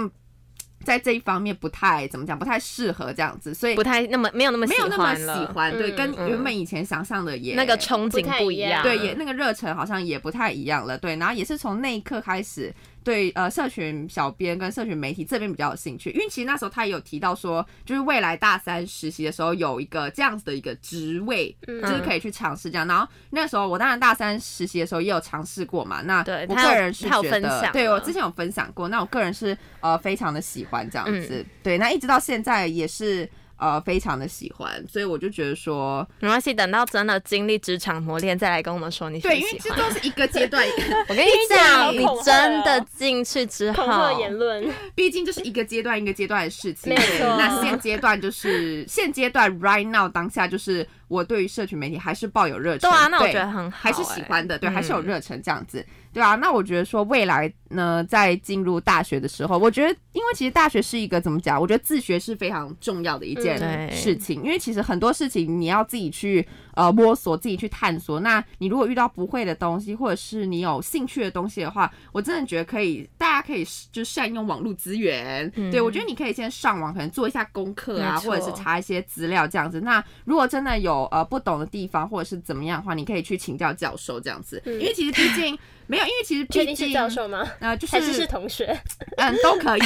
S2: 在这一方面不太怎么讲，不太适合这样子，所以
S1: 不太那么没有那么
S2: 没有那么
S1: 欢
S2: 喜
S1: 了，
S2: 欢，对，
S3: 嗯
S2: 跟
S1: 嗯
S2: 原本以前想象的也
S1: 那个憧憬不一样，
S2: 对，也那个热忱好像也不太一样了，对。然后也是从那一刻开始，对呃，社群小编跟社群媒体这边比较有兴趣，因为其实那时候他也有提到说，就是未来大三实习的时候有一个这样子的一个职位，
S3: 嗯
S2: 就是可以去尝试这样。然后那时候我当然大三实习的时候也有尝试过嘛，那
S1: 对
S2: 我
S1: 他有
S2: 个人是
S1: 他有
S2: 觉
S1: 分
S2: 得
S1: 享，
S2: 对
S1: 了
S2: 我之前有分享过，那我个人是呃非常的喜欢这样
S1: 嗯
S2: 子，对。那一直到现在也是。呃，非常的喜欢，所以我就觉得说，
S1: 没关系，等到真的经历职场磨练再来跟我们说你喜不
S2: 对，因为
S1: 喜
S2: 这
S1: 欢。
S2: 都是一个 阶段，
S1: 我跟你
S3: 讲
S1: 讲，
S3: 好
S1: 你
S3: 恐吓
S1: 真的
S3: 哦
S1: 进去之
S3: 恐
S1: 后
S3: 吓，言论，
S2: 毕竟就是一个阶段一个阶段的事情。
S3: 没
S2: 对
S3: 错
S2: 那现阶段就是现阶段 right now 当下就是我对于社群媒体还是抱有热忱。
S1: 对啊，那我
S2: 对
S1: 觉得很好、
S2: 还是喜欢的，对，
S1: 嗯
S2: 还是有热忱这样子，对啊。那我觉得说未来呢，在进入大学的时候，我觉得，因为其实大学是一个怎么讲？我觉得自学是非常重要的一
S1: 嗯
S2: 件
S1: 对
S2: 事情，因为其实很多事情你要自己去呃摸索，自己去探索。那你如果遇到不会的东西，或者是你有兴趣的东西的话，我真的觉得可以，大家可以就善用网络资源。
S1: 嗯
S2: 对我觉得你可以先上网，可能做一下功课啊，
S1: 没错
S2: 或者是查。查一些资料这样子。那如果真的有呃不懂的地方或者是怎么样的话，你可以去请教教授这样子，
S3: 嗯
S2: 因为其实毕竟没有，因为其实
S3: 确
S2: 毕
S3: 定
S2: 竟
S3: 是教授吗？
S2: 呃，就
S3: 还是是
S2: 是
S3: 同学？
S2: 嗯都 可以，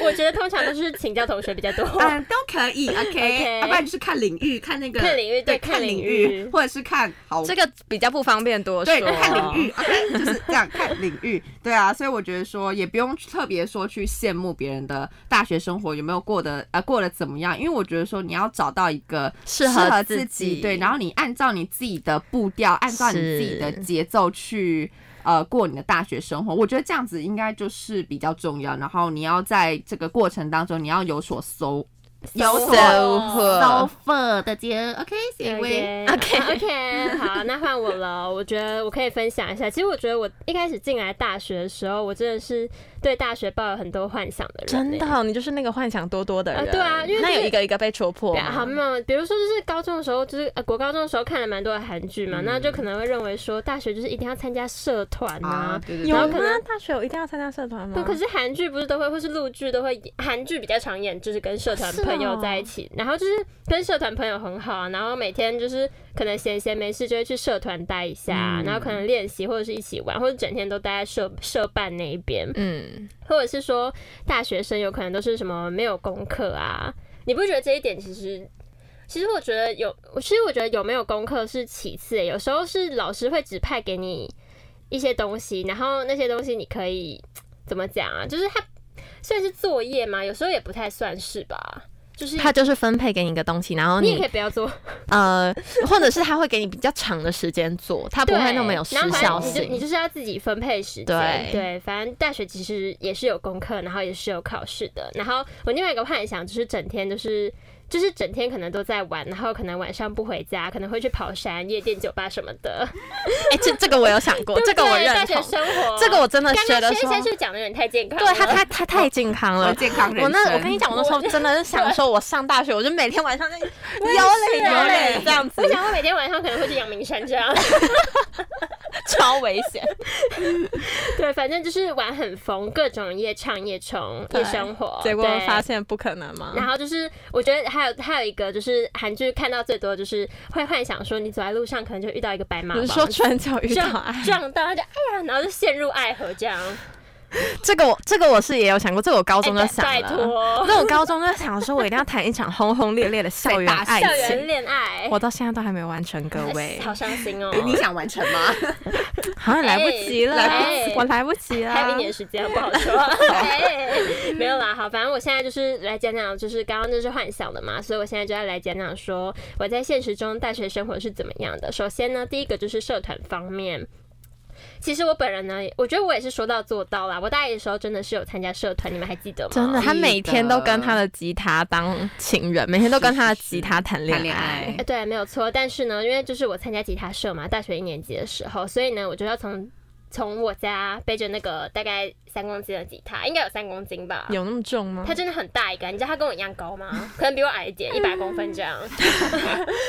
S3: 我觉得通常都是请教同学比较 多。
S2: 嗯都可以，OK，
S3: OK
S2: 要不然就是看领域，看那个
S3: 看领域
S2: 对，
S3: 对看
S2: 看领
S3: 领
S2: 域
S3: 域，
S2: 或者是看好
S1: 这个比较不方便多说。
S2: 对，看领域，OK，就是这样看领域，对啊，所以我觉得说也不用特别说去羡慕别人的大学生活有没有过得呃过得怎么样，因为我觉得说你要找到一个
S1: 适合
S2: 合
S1: 自己
S2: 己，对，然后你按照你自己的步调，按照你自己的
S1: 是
S2: 节奏去。呃，过你的大学生活，我觉得这样子应该就是比较重要。然后你要在这个过程当中，你要有所收，有所
S1: 收
S2: 收
S1: 获。
S2: 获的结。OK，谢谢。
S3: OK OK，好，那换我了。我觉得我可以分享一下。其实我觉得我一开始进来大学的时候，我真的是对大学抱有很多幻想的人、欸
S1: 真的哦、你就是那个幻想多多的人。
S3: 呃对啊因为
S1: 那
S3: 这
S1: 有
S3: 个
S1: 一个一个被戳破
S3: 对
S1: 吗。
S3: 啊，好，没有，比如说就是高中的时候，就是呃，国高中的时候看了蛮多的韩剧嘛，那就可能会认为说大学就是一定要参加社团
S2: 啊
S3: 啊。，
S2: 对对对
S1: 有
S3: 然后
S1: 吗
S3: 可能？
S1: 大学有一定要参加社团吗？
S3: 对，可是韩剧不是都会，或是陆剧都会，韩剧比较常演，就是跟社团
S1: 是哦
S3: 朋友在一起，然后就是跟社团朋友很好啊，然后每天就是可能闲闲没事就会去社团待一下，啊
S2: 嗯
S3: 然后可能练习或者是一起玩，或者整天都待在社社办那一边，
S1: 嗯，
S3: 或者是说大学生有可能都是什么没有功课啊，你不觉得这一点其实？其实我觉得有，其实我觉得有没有功课是其次欸，有时候是老师会指派给你一些东西，然后那些东西你可以怎么讲啊？就是他算是作业吗？有时候也不太算是吧，就是
S1: 他就是分配给你一个东西，然后
S3: 你也
S1: 你
S3: 可以不要做，
S1: 呃，或者是他会给你比较长的时间做，他不
S3: 对，
S1: 会那么有时
S3: 然后反
S1: 效
S3: 正你就你
S1: 性。
S3: 就是要自己分配时间，
S1: 对
S3: 反正大学其实也是有功课，然后也是有考试的。然后我另外一个幻想就是整天就是就是整天可能都在玩，然后可能晚上不回家，可能会去跑山、夜店、酒吧什么的。
S1: 哎、这这个我有想过，
S3: 对
S1: 哦这个我
S3: 对
S1: 认
S3: 大学
S1: 同，
S3: 生活，
S1: 这个我真的
S3: 刚
S1: 觉
S3: 刚
S1: 得
S3: 先
S1: 说，
S3: 先去讲的有点太健康了，
S1: 对他他他太健康了
S2: 我。健康人
S1: 我那我
S2: 生
S1: 跟你讲，我那时候真的是想说，我上大学，我就每天晚上在游
S3: 是
S1: 嘞游嘞这样子
S3: 我， 想我每天晚上可能会去阳明山这样。
S1: 超危险。
S3: 对，反正就是玩很疯，各种夜唱、夜冲、
S1: 对
S3: 夜生活。
S1: 结果
S3: 对
S1: 发现不可能嘛。
S3: 然后就是，我觉得还有还有一个就是韩剧看到最多就是会幻想说，你走在路上可能就遇到一个白马
S1: 比
S3: 王
S1: 如，说转角遇到
S3: 撞
S1: 爱，
S3: 撞到他就哎呀，然后就陷入爱河这样。
S1: 这个我这个我是也有想过，这个我高中就
S3: 哎
S1: 想
S3: 拜拜
S1: 了。
S3: 托，
S1: 那我高中就想说，我一定要谈一场轰轰烈烈的校园爱
S3: 校
S1: 情
S3: 园，恋爱，
S1: 我到现在都还没完成，各位，
S3: 好伤心 哦。
S2: 哎你想完成吗？
S1: 好像来不及了，
S3: 哎
S1: 我来不及了。
S3: 还有一年时间，不好说。哎没有啦，好，反正我现在就是来讲讲，就是刚刚就是幻想的嘛，所以我现在就要来讲讲说我在现实中大学生活是怎么样的。首先呢，第一个就是社团方面。其实我本人呢，我觉得我也是说到做到啦。我大一的时候真的是有参加社团，你们还记得吗？
S1: 真的，
S2: 记
S1: 他每天都跟
S2: 得
S1: 他的吉他当情人，每天都跟他的
S2: 是
S1: 吉他谈
S2: 谈
S1: 恋
S2: 恋
S1: 爱
S2: 爱。
S3: 呃对，没有错。但是呢，因为就是我参加吉他社嘛，大学一年级的时候，所以呢，我就要从从我家背着那个大概三公斤的吉他，应该有三公斤吧，
S1: 有那么重吗
S3: 他？真的很大一个，你知道他跟我一样高 吗？可能比我矮一点，一百公分这样，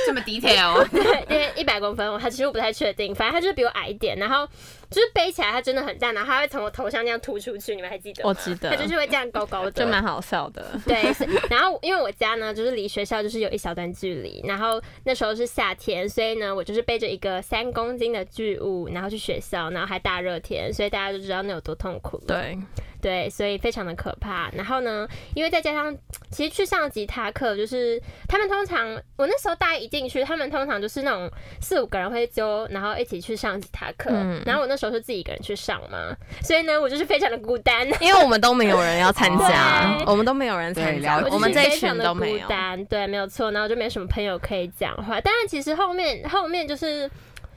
S2: 这么 detail，
S3: 对，因为一百公分，我他其实我不太确定，反正他就是比我矮一点，然后就是背起来他真的很大，然后他会从我头上这样突出去，你们还记得吗？
S1: 我记得
S3: 他就是会这样高高的，
S1: 哦就蛮好笑的。
S3: 对，是然后因为我家呢，就是离学校就是有一小段距离，然后那时候是夏天，所以呢，我就是背着一个三公斤的巨物，然后去学校，然后还大热天，所以大家就知道那有多痛苦了。
S1: 对，
S3: 对，所以非常的可怕。然后呢，因为再加上，其实去上吉他课，就是他们通常，我那时候大一一进去，他们通常就是那种四五个人会揪，然后一起去上吉他课。
S1: 嗯
S3: 然后我那时候是自己一个人去上嘛，所以呢，我就是非常的孤单。
S1: 因为我们都没有人要参加，
S3: 对
S1: 我们都没有人参
S2: 对
S1: 加
S2: 了，解
S1: 我们这一
S3: 非常
S1: 群
S3: 的
S1: 都没有
S3: 孤。单，对，没有错。然后就没什么朋友可以讲话。当然，其实后面后面就是。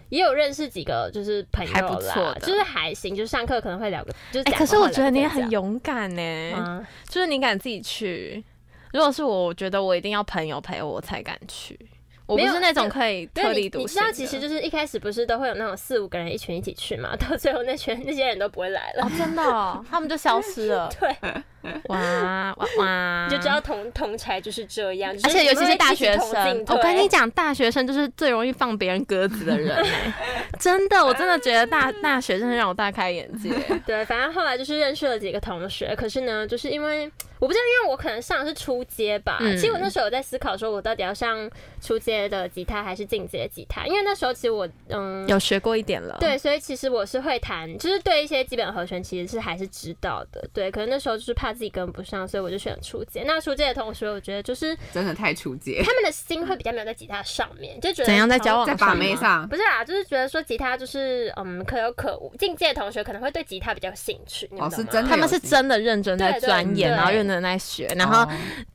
S3: 也有认识几个就是朋
S1: 还不
S3: 友
S1: 错
S3: 啦
S1: 的，
S3: 就是还行，就是上课可能会聊个，就是
S1: 哎，
S3: 讲嗯
S1: 可是
S3: 话
S1: 我
S3: 聊
S1: 觉得
S3: 天
S1: 你也
S3: 这
S1: 很
S3: 样
S1: 勇敢呢，
S3: 吗
S1: 就是你敢自己去。如果是我，我觉得我一定要朋友陪我才敢去。我不
S3: 没有
S1: 是那种可以
S3: 对，
S1: 特立
S3: 你
S1: 独
S3: 你知
S1: 行
S3: 道，
S1: 的。
S3: 其实就是一开始不是都会有那种四五个人一群一起去嘛， 到最后那群那些人都不会来了，
S1: 哦，真的哦，他们就消失了。
S3: 对，
S1: 哇哇哇！
S3: 你就知道同同才就是这样，
S1: 哦嗯而且尤其是大学
S3: 就是你们会
S1: 生
S3: 一起同进，退
S1: 我跟你，讲，大学生就是最容易放别人鸽子的人、 欸，真的，我真的觉得大大 学真的让我大开眼界。
S3: 对，反正后来就是认识了几个同学，可是呢，就是因为我不知道，因为我可能上的是初阶吧。
S1: 嗯
S3: 其实我那时候有在思考，说我到底要上初阶的吉他还是进阶的吉他，因为那时候其实我嗯。
S1: 有学过一点了。
S3: 对，所以其实我是会弹，就是对一些基本和弦其实是还是知道的，对。可能那时候就是怕自己跟不上，所以我就选初阶。那初阶的同学，我觉得就是
S2: 真的太出界，
S3: 他们的心会比较没有在吉他上面，就觉得
S1: 怎样在
S3: 好
S1: 交往
S2: 在
S1: 上吗
S2: 把妹上
S3: 不是啦，就是觉得说吉他就是嗯可有可无。进阶的同学可能会对吉他比较有兴趣，你
S2: 哦
S3: 们懂
S2: 是
S3: 吗
S2: 真的
S1: 他们是真的认真在
S3: 对对
S1: 钻研，
S3: 对
S1: 然后认真在学，然后、
S2: 哦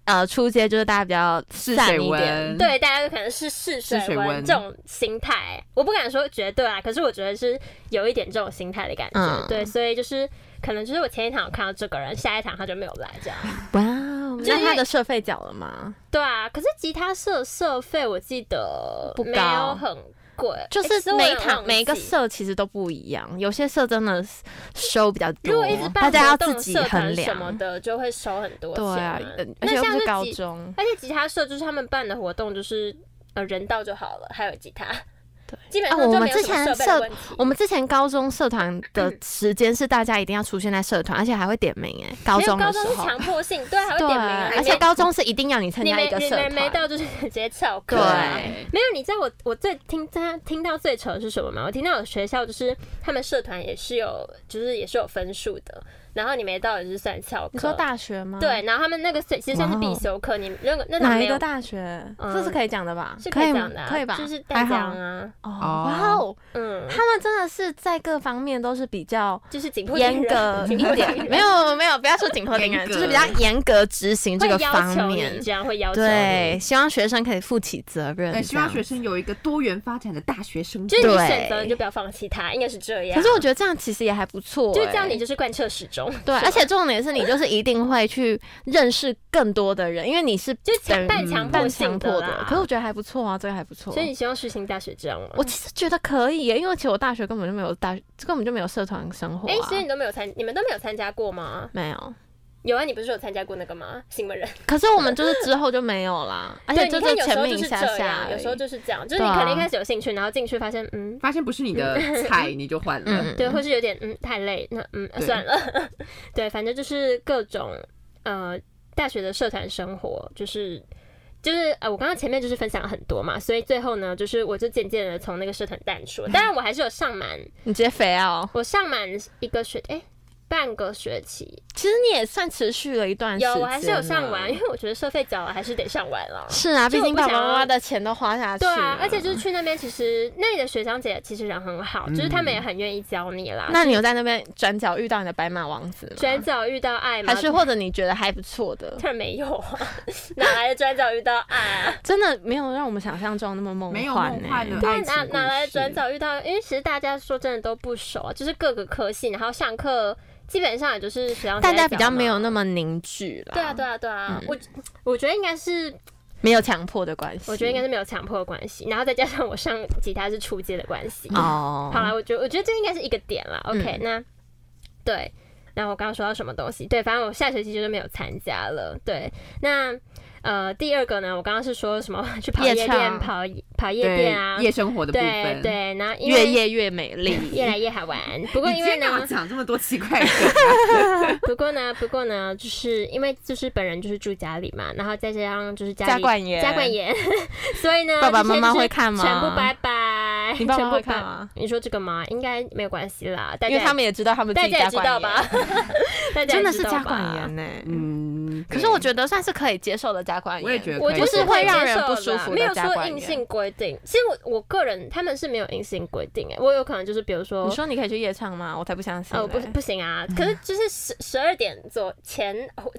S1: 呃，出街就是大家比较
S2: 水
S1: 散一点，
S2: 温
S3: 对，大家就可能是试水
S2: 试水温
S3: 温这种心态，我不敢说绝对啊，可是我觉得是有一点这种心态的感觉。
S1: 嗯
S3: 对，所以就是可能就是我前一堂有看到这个人，下一堂他就没有来这样。
S1: 哇哦，
S3: 就
S1: 那
S3: 因
S1: 他
S3: 为
S1: 的社费缴了吗？
S3: 对啊，可是吉他社社费我记得
S1: 不
S3: 没
S1: 高
S3: 有很贵，
S1: 就
S3: 诶
S1: 是每一堂每一个。
S3: 其实我
S1: 社
S3: 有点忘记
S1: 其实都不一样，有些社真的是收比较
S3: 如
S1: 多
S3: 果一直，办
S1: 哦大家要
S3: 活动
S1: 自己
S3: 社团
S1: 衡
S3: 什么
S1: 量。
S3: 的，就会收很多钱、
S1: 对啊，呃而
S3: 那
S1: 且又
S3: 像
S1: 不
S3: 是
S1: 是高
S3: 吉
S1: 中，
S3: 而且吉他社就是他们办的活动，就是呃人到就好了，还有吉他，
S1: 对
S3: 基本
S1: 啊
S3: 上就
S1: 我们
S3: 没有
S1: 之
S3: 什么
S1: 前
S3: 设备
S1: 社
S3: 的问题。
S1: 我们之前高中社团的
S3: 嗯
S1: 时间是大家一定要出现在社团，而且还会点名哎、高
S3: 没有
S1: 中的
S3: 高
S1: 时
S3: 中是
S1: 候，
S3: 强迫性，对，还会
S1: 对，
S3: 点名啊，
S1: 而且高中是一定要你参
S3: 你
S1: 加一
S3: 没
S1: 个
S3: 你
S1: 社
S3: 没没
S1: 团，
S3: 到就是直接翘课
S1: 对
S3: 啊。没有，你知道我我最听他听到最扯的是什么吗？我听到有学校就是他们社团也是有，就是也是有分数的，然后你没到也是算翘课。
S1: 你说大学吗？
S3: 对，，然后他们那个是其实算是必修课，你那个那堂
S1: 哪
S3: 没
S1: 一
S3: 有
S1: 个大学？
S3: 嗯
S1: 这是可以讲的吧？
S3: 是
S1: 哦可
S3: 以
S1: 以
S3: 讲的、啊，
S1: 可以吧？
S3: 就是大
S1: 还好
S3: 讲啊，
S1: 哦，
S2: 哦
S1: 哇哦，
S3: 嗯，
S1: 他们真的是在各方面都是比较
S3: 就是紧迫
S1: 严
S3: 盯人
S1: 格一
S3: 紧迫 盯
S1: 点，
S3: 人
S1: 没有没有，不要说紧迫盯人，
S2: 严格
S1: 就是比较严格执行这
S3: 会
S1: 个
S3: 要
S1: 方
S3: 求你
S1: 面
S3: 这。样会要求你，
S1: 对，希望学生可以负起责任。
S2: 对，希望
S1: 这样
S2: 学生有一个多元发展的大学生活
S3: 就是你
S1: 对
S3: 选择你就不要放弃它，应该是这样。
S1: 可是我觉得这样其实也还不错、
S3: 啊就是这样，
S1: 哎
S3: 你就是贯彻始终，
S1: 对，而且重点是你就是一定会去认识更多的人，因为你是
S3: 就是强
S1: 等
S3: 半强迫
S1: 半
S3: 性
S1: 强迫
S3: 啦
S1: 的。可是我觉得还不错啊，这个还不错。
S3: 所以你希望世新大学这样吗？
S1: 我其实觉得可以耶，因为其实我大学根本就没有大，根本就没有社团生活、啊。
S3: 哎、所以你都没有参，你们都没有参加过吗？
S1: 没有。
S3: 有啊，你不是有参加过那个吗？新闻人，
S1: 可是我们就是之后就没有 啦，哎而
S3: 对，
S1: 且是
S3: 你看有时
S1: 前
S3: 候
S1: 面
S3: 就
S1: 一
S3: 是
S1: 下
S3: 这
S1: 下
S3: 样，
S1: 而已，
S3: 有时候就是这样，就是你
S1: 对啊
S3: 可能一开始有兴趣，然后进去发现，嗯，
S2: 发现不是你的菜，你就换
S1: 嗯
S2: 了。
S3: 对，或是有点嗯太累，那嗯
S2: 对
S3: 算了， 对，反正就是各种呃大学的社团生活，就是就是呃我刚刚前面就是分享了很多嘛，所以最后呢，就是我就渐渐的从那个社团淡出了，当然我还是有上满，
S1: 你直接肥哦。
S3: 我上满一个学哎、半个学期，
S1: 其实你也算持续了一段时间啊
S3: 有
S1: 了，
S3: 我还是有上完，因为我觉得社费缴了还是得上完了。
S1: 是啊，
S3: 就
S1: 毕
S3: 我
S1: 竟
S3: 不
S1: 爸
S3: 想
S1: 爸妈
S3: 要
S1: 妈的钱都花下去
S3: 对
S1: 了。
S3: 啊，而且就是去那边，其实那里的学长姐其实人很好，就是他们也很愿意教你啦。
S1: 嗯那你有在那边转角遇到你的白马王子吗？
S3: 转角遇到爱吗？
S1: 还是或者你觉得还不错的，
S3: 特没有啊， 哪来的转角遇到爱啊？
S1: 真的没有让我们想象中那么梦
S2: 没有
S1: 幻欸
S2: 梦
S1: 呢、
S2: 幻的
S3: 对啊，
S2: 爱情
S3: 哪
S2: 故
S3: 哪来的
S2: 事
S3: 转角遇到？因为其实大家说真的都不熟啊，就是各个科系，然后上课基本上也就是学长姐
S1: 大
S3: 在
S1: 家比较
S3: 讲嘛
S1: 没有那。么嗯凝聚啦，
S3: 对啊，对啊，对啊，我我觉得应该是，
S1: 没有强迫的关系。
S3: 我觉得应该是没有强迫的关系，然后再加上我上吉他是初阶的关系。
S1: 哦，
S3: 好啦，我觉得我觉得这应该是一个点啦。OK，、那
S1: 嗯
S3: 对，那我刚刚说到什么东西？对，反正我下学期就是没有参加了。对，那呃，第二个呢，我刚刚是说什么去跑夜
S1: 夜
S3: 店、
S1: 唱
S3: 跑跑夜
S2: 对
S3: 店啊，
S2: 夜生活的部
S3: 对
S2: 分。
S3: 对，然后因
S1: 越
S3: 为
S1: 夜越美丽。
S3: 越来越 好玩。不过
S2: 你
S3: 因
S2: 今
S3: 为
S2: 天干嘛
S3: 呢，
S2: 讲这么多奇怪的？
S3: 不过呢，不过呢，就是因为就是本人就是住家里嘛，然后再加上就是家
S1: 加
S3: 里
S1: 冠爷
S3: 加冠炎， 所以呢，
S1: 爸爸
S3: 这些
S1: 妈妈
S3: 就是
S1: 会看吗
S3: 全部拜拜，
S1: 你爸妈
S3: 全部
S1: 会看
S3: 拜
S1: 吗？
S3: 你说这个吗？应该没有关系啦，大
S1: 因为
S3: 家
S1: 他们也知道他们自
S3: 大
S1: 己
S3: 家也
S1: 家
S3: 知
S1: 管
S3: 道
S1: 严
S3: 吧？？ 大家
S1: 真的
S3: 也
S1: 是
S3: 知道
S1: 家
S3: 吧
S1: 管严呢、
S2: 嗯，
S1: 欸可是我觉得算是可以接受的家管严，
S2: 我也觉得
S3: 我
S2: 可以
S3: 就
S1: 就是
S3: 是
S1: 会
S3: 会
S1: 让
S3: 接
S1: 人
S3: 受
S1: 不
S3: 的
S1: 舒
S3: 啦
S1: 服的
S3: 没有
S1: 家
S3: 说
S1: 管
S3: 硬
S1: 严
S3: 性规定，其实我我个人他们是没有硬性规定哎、我有可能就是比如说
S1: 你说你可以去夜唱吗？我才不相信、
S3: 哦，不
S1: 欸
S3: 不行啊！可是就是十十二点左前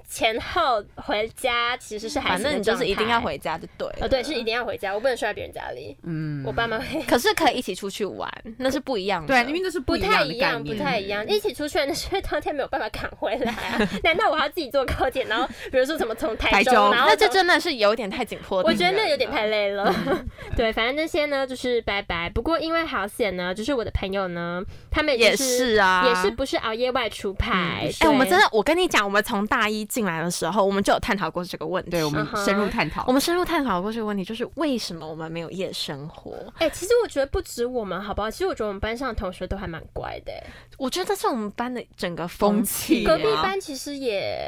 S3: 前后回家，其实是
S1: 嗯
S3: 还
S1: 反
S3: 行
S1: 正
S3: 的
S1: 你就是
S3: 状
S1: 一定要
S3: 态。
S1: 回家就对了。
S3: 呃，对，是一定要回家，我不能睡在别人家里。
S2: 嗯
S3: 我爸妈会
S1: 可是可以一起出去玩，那是不一样的。
S2: 对，因为那是
S3: 不
S2: 一
S3: 太
S2: 的
S3: 一
S2: 概
S3: 样，不
S2: 念。
S3: 太一样。一起出去，但是当天没有办法赶回来啊！ 难道我还要自己坐高铁，然后比如说怎么从台
S2: 台中
S3: 然后
S1: 那这
S3: 从
S1: 真的是有点太紧迫。
S3: 我觉得那有
S1: 啊
S3: 点太。累了。
S1: 嗯
S3: 对，反正那些呢就是拜拜。不过因为好险呢，就是我的朋友呢，他们
S1: 也
S3: 就是
S1: 啊
S3: 也是不是熬夜外出派。
S1: 哎、我们
S3: 对
S1: 真的，我跟你讲，我们从大一进来的时候，我们就有探讨过这个问题。
S2: 对我们
S3: 嗯哼
S2: 深入探讨
S1: 我。们深入探讨过这个问题，就是为什么我们没有夜生活？
S3: 哎、其实我觉得不止我们，好不好？其实我觉得我们班上的同学都还蛮乖的、欸
S1: 我觉得这是我们班的整个风气、
S2: 风气
S1: 啊
S3: 隔壁班其实也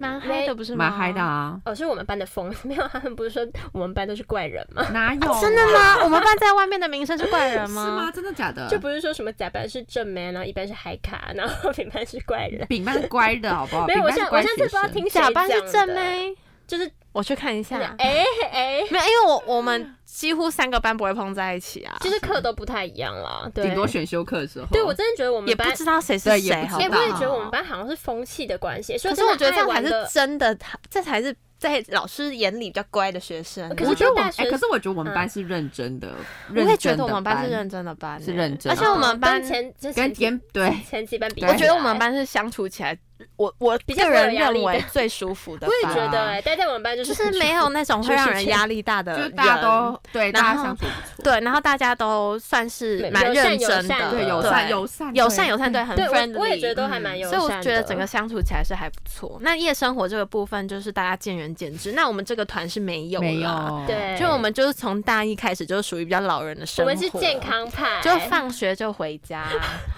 S1: 蛮嗨的
S3: 没
S1: 嗨的不是吗？
S2: 蛮嗨的 啊，
S3: 哦，是我们班的风，没有他们不是说我们班都是怪人吗？
S2: 哪有、
S1: 真的？吗？我们班在外面的名声是怪人
S2: 是
S1: 吗？
S2: 吗？真的假
S1: 嗯
S2: 的？
S3: 就不是说什么甲班是正妹，然后一班是海卡，然后丙班是怪
S1: 嗯
S3: 人。
S2: 饼班是乖的好不好？
S3: 没有，我
S2: 饼
S3: 现
S2: 班是乖
S3: 在我现在不知道
S2: 学生
S3: 听谁
S1: 甲班是
S3: 讲
S1: 正
S3: 的，
S1: 妹，啊
S3: 就是
S1: 我去看一下。
S3: 哎哎，
S1: 没有，因为我我们几乎三个班不会碰在一起啊，
S3: 其实课都不太一样了，对
S2: 顶，多选修课的时候。
S3: 对我真的觉得我
S1: 也
S3: 们
S1: 不
S3: 班，
S1: 知道谁是
S2: 对也
S1: 谁，
S2: 不知
S1: 好
S3: 哎，
S1: 不
S3: 我
S1: 好
S3: 也觉得我们班好像是风气的关系，所以
S1: 可是我觉得这样才
S3: 还
S1: 是真的，这才是在老师眼里比较乖的学生。啊
S3: 可是
S2: 我觉得我
S3: 大
S2: 们
S3: 学
S2: 哎、可是我觉得我们
S3: 嗯
S2: 班是认真的，
S1: 我
S2: 认
S1: 也觉
S2: 真
S1: 得
S2: 的
S1: 我们班是认真的班欸，
S2: 是认真
S1: 而
S2: 的
S1: 且我们班，
S3: 哦跟前跟
S2: 跟
S3: 前
S2: 跟对，
S3: 前几班比，
S2: 对
S1: 我觉得我们。班是相处起来，我我
S3: 比较
S1: 个
S3: 不会有
S1: 人
S3: 压力
S1: 认为
S3: 的
S1: 最舒服的
S3: 我也
S1: 班，
S3: 觉得、哎，待在我们班 就
S1: 就是是没有那种会让人压力大的
S2: 就是
S1: 呃人，
S2: 大家都对
S1: 然
S2: 大
S1: 后
S2: 家相处不错，
S1: 对，然后大家都算是
S3: 友
S1: 蛮
S3: 善
S1: 认
S3: 友
S1: 真
S3: 善
S1: 的，
S3: 对
S2: 友善友善
S1: 友善
S2: 对
S1: 友善，对，很
S3: 对
S1: friendly，嗯
S3: 我我也觉得都还蛮友
S1: 所
S3: 善
S1: 以
S3: 的。
S1: 我觉得整个相处起来是还不错。那夜生活这个部分就是大家见仁见智。那我们这个团是没有啦
S2: 没有
S3: 对，
S1: 就我们就是从大一开始就是属于比较老人的生
S3: 我
S1: 活，
S3: 们是健，康派，
S1: 就放学就回家，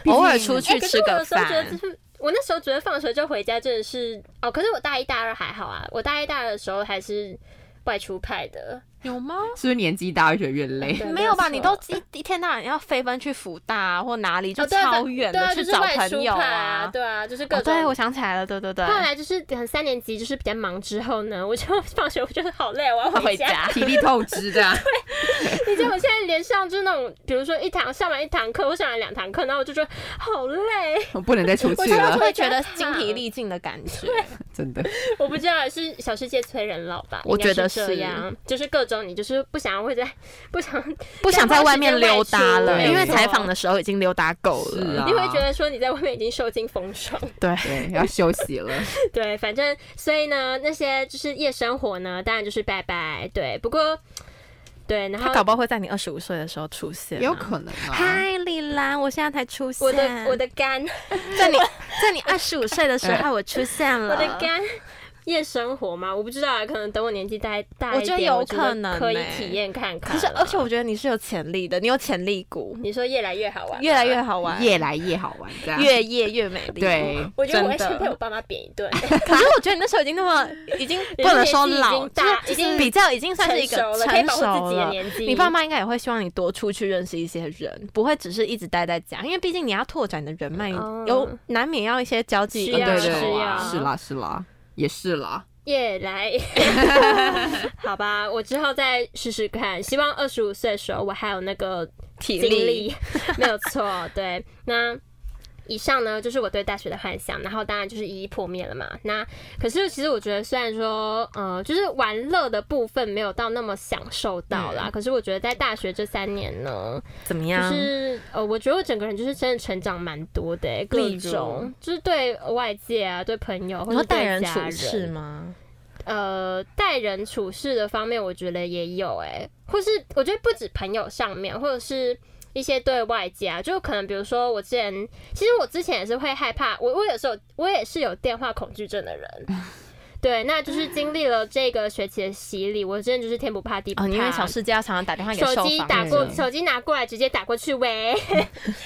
S2: 毕竟
S1: 偶尔出
S3: 哎
S1: 去
S3: 可
S1: 吃
S3: 是我
S1: 个
S3: 有时候觉得
S1: 饭
S3: 就。是我那时候觉得放学就回家真的是哦，可是我大一大二还好啊，我大一大二的时候还是外出派的，
S1: 有吗？
S2: 是不是年纪大越觉得越累？
S3: 对
S1: 没有吧？
S3: 没
S1: 你
S3: 有
S1: 都
S3: 错
S1: 一一天到晚要飞奔去福大、或哪里，就
S3: 哦对啊
S1: 超远
S3: 对
S1: 的、
S3: 啊，
S1: 去
S3: 就是
S1: 找
S3: 外
S1: 朋
S3: 出
S1: 友
S3: 派啊，对啊，就是各
S1: 哦，
S3: 种。
S1: 对，我想起来了，对对对，
S3: 后来就是很三年级就是比较忙之后呢，我就 放学我觉得好累，我要
S1: 回
S3: 家。
S1: 家
S2: 体力透支的，
S3: 你知道我现在连上就是那种，比如说一堂上完一堂课，我上完两堂课，然后我就觉得好累。
S2: 我不能再出
S3: 我
S2: 去
S3: 现在
S2: 了，
S1: 会觉得精疲力尽的感觉。
S2: 真的。
S3: 我不知道是小世界催人老吧，
S1: 我觉得
S3: 应该是
S1: 是
S3: 这样，就是各种你就是不想会在 不想，
S1: 不想在外面溜达了，
S2: 对
S1: 因为采访的时候已经溜达够了。
S2: 是啊
S3: 你会觉得说你在外面已经受尽风霜。
S1: 对，
S2: 对，要休息 了。
S3: 对，反正所以呢，那些就是夜生活呢，当然就是拜拜。对，不过对，然
S1: 他搞
S3: 后
S1: 不好会在你二十五岁的时候出现、
S2: 也有。可能啊。
S1: 嗨，李兰，我现在才出现。
S3: 我的我的肝，
S1: 在你 在你二十五岁的时候，我出现了。
S3: 我的肝。夜生活嘛，我不知道啊，可能等我年纪大大
S1: 我
S3: 一点，我
S1: 觉得有可能
S3: 可以
S1: 欸
S3: 体验看看
S1: 可
S3: 啦。
S1: 是，而且我觉得你是有潜力的，你有潜力股，
S3: 你说越来越好玩，
S1: 越来越好玩，
S2: 越来越好玩，这样
S1: 越夜越美丽。
S2: 对
S3: 我觉得我会
S1: 真的
S3: 先被我爸妈扁一顿。
S1: 可是我觉得你那时候已经那么，已经 不能说
S3: 已
S1: 老，
S3: 经大
S1: 就是
S3: 已经
S1: 比较已经 算是一个
S3: 成熟了可以
S1: 成
S3: 保护
S1: 熟
S3: 自己的
S1: 了。
S3: 年纪
S1: 你爸妈应该也会希望你多出去认识一些人，不会只是一直待在家，因为毕竟你要拓展你的人脉，
S3: 哦
S1: 有难免嗯要一些交际
S3: 需
S1: 应
S2: 嗯
S3: 要
S2: 对
S1: 酬
S2: 对
S3: 需
S1: 啊
S3: 要。
S2: 是啦是啦，也是啦。
S3: 夜来， 好吧，我之后再试试看。希望二十五岁的时候我还有那个
S1: 体
S3: 精
S1: 力
S3: 力， 没有错。对，那以上呢就是我对大学的幻想，然后当然就是一一破灭了嘛。那可是其实我觉得，虽然说呃，就是玩乐的部分没有到那么享受到
S1: 嗯
S3: 啦，可是我觉得在大学这三年呢，
S1: 怎么
S3: 就
S1: 样？
S3: 是呃，我觉得我整个人就是真的成长蛮多的、欸各
S1: 例如
S3: 种就是对外界啊，对朋友，或
S1: 你
S3: 者
S1: 说待人处
S3: 家
S1: 事吗？
S3: 呃，待人处事的方面，我觉得也有哎、或是我觉得不止朋友上面，或者是一些对外界啊，就可能比如说我之前，其实我之前也是会害怕，我我有时候我也是有电话恐惧症的人。 对，那就是经历了这个学期的洗礼，我真的就是天不怕地不怕。
S1: 哦，因为小世界要常常打电话给
S3: 手
S1: 受
S3: 机
S1: 访
S3: 打过，
S1: 者
S3: 手机拿过来，直接打过去 喂，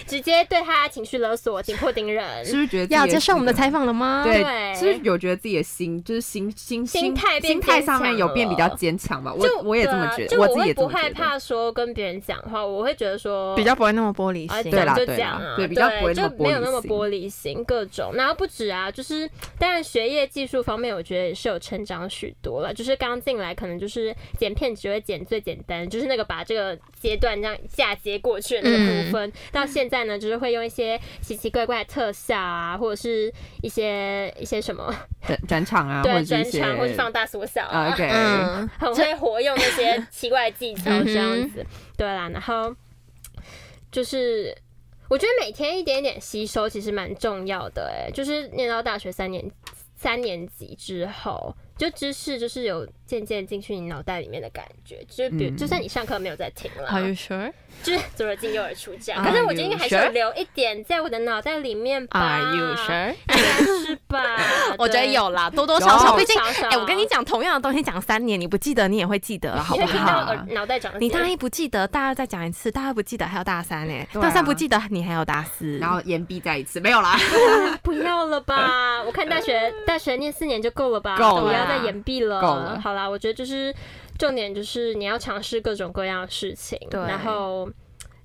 S3: 直接对他情绪勒索，紧迫盯人
S2: 是。不是觉得自己
S1: 呃要
S2: 的
S1: 接受我们的
S2: 心
S1: 采访了吗？
S2: 对
S3: 对，
S2: 是不是有觉得自己的心就是心心
S3: 心
S2: 心
S3: 态变
S2: 心态上面
S3: 坚
S2: 有
S3: 强
S2: 变比较
S3: 了
S2: 坚强吧？
S3: 就
S2: 我我也这么觉得，
S3: 对啊就
S2: 自己也这
S3: 不
S2: 么觉
S3: 害
S2: 得。
S3: 怕说跟别人讲话，我会觉得说
S1: 比较不会那么玻璃
S3: 啊，
S1: 心。
S2: 对
S3: 讲
S2: 啦
S3: 就
S2: 对
S3: 讲
S2: 啦
S3: 啊，
S2: 对比较不会那么
S3: 就没有
S2: 玻璃
S3: 那么
S2: 心
S3: 玻璃心，各种。然后不止啊，就是当然学业技术方面，我觉得也是有成长许多了。就是刚进来，可能就是剪片只会剪最简单，就是那个把这个阶段这样嫁接过去的那个部
S2: 嗯
S3: 分。到现在呢，就是会用一些奇奇怪怪的特效啊，或者是一些一些什么
S2: 转转场啊，或者
S3: 对
S2: 是
S3: 转
S2: 一些
S3: 场，或是放大缩小
S2: 啊
S3: 啊，
S2: ，OK，
S1: 嗯，
S3: 很会活用那 些奇怪的技巧这样子。对啦，然后就是我觉得每天一点点吸收其实蛮重要的、欸，哎，就是念到大学三年三年级之后，就知识就是有渐渐进去你脑袋里面的感觉，就是比如、
S2: 嗯
S3: 就算你上课没有在听了，
S1: Are you sure?
S3: 就是左耳进右耳出这样。
S2: Are
S1: 哎
S3: 可是我觉得应该还是
S2: you
S3: 有
S2: sure？
S3: 留一点在我的脑袋里面吧
S1: Are you sure?？
S3: 应该是吧
S1: 啊 我觉得
S3: 对，
S1: 有啦，多多少少，
S2: 有
S1: 毕竟
S3: 少少
S1: 哎、我跟你讲，同样的东西讲三年，你不记得你也会记得，好
S3: 你
S1: 不
S3: 会听到
S1: 好
S3: 耳？脑袋长的
S1: 你
S3: 结
S1: 大一不记得，大二再讲一次，大二不记得还有大三呢、
S2: 对啊
S1: 大三不记得你还有大四，
S2: 然后言必再一次，没有 啦。
S3: 啊不要了吧？我看大学大学念四年就够了吧？
S2: 够了
S3: 不要再延毕了。
S2: 够了
S3: 好啦，我觉得就是重点就是你要尝试各种各样的事情，
S1: 对
S3: 然后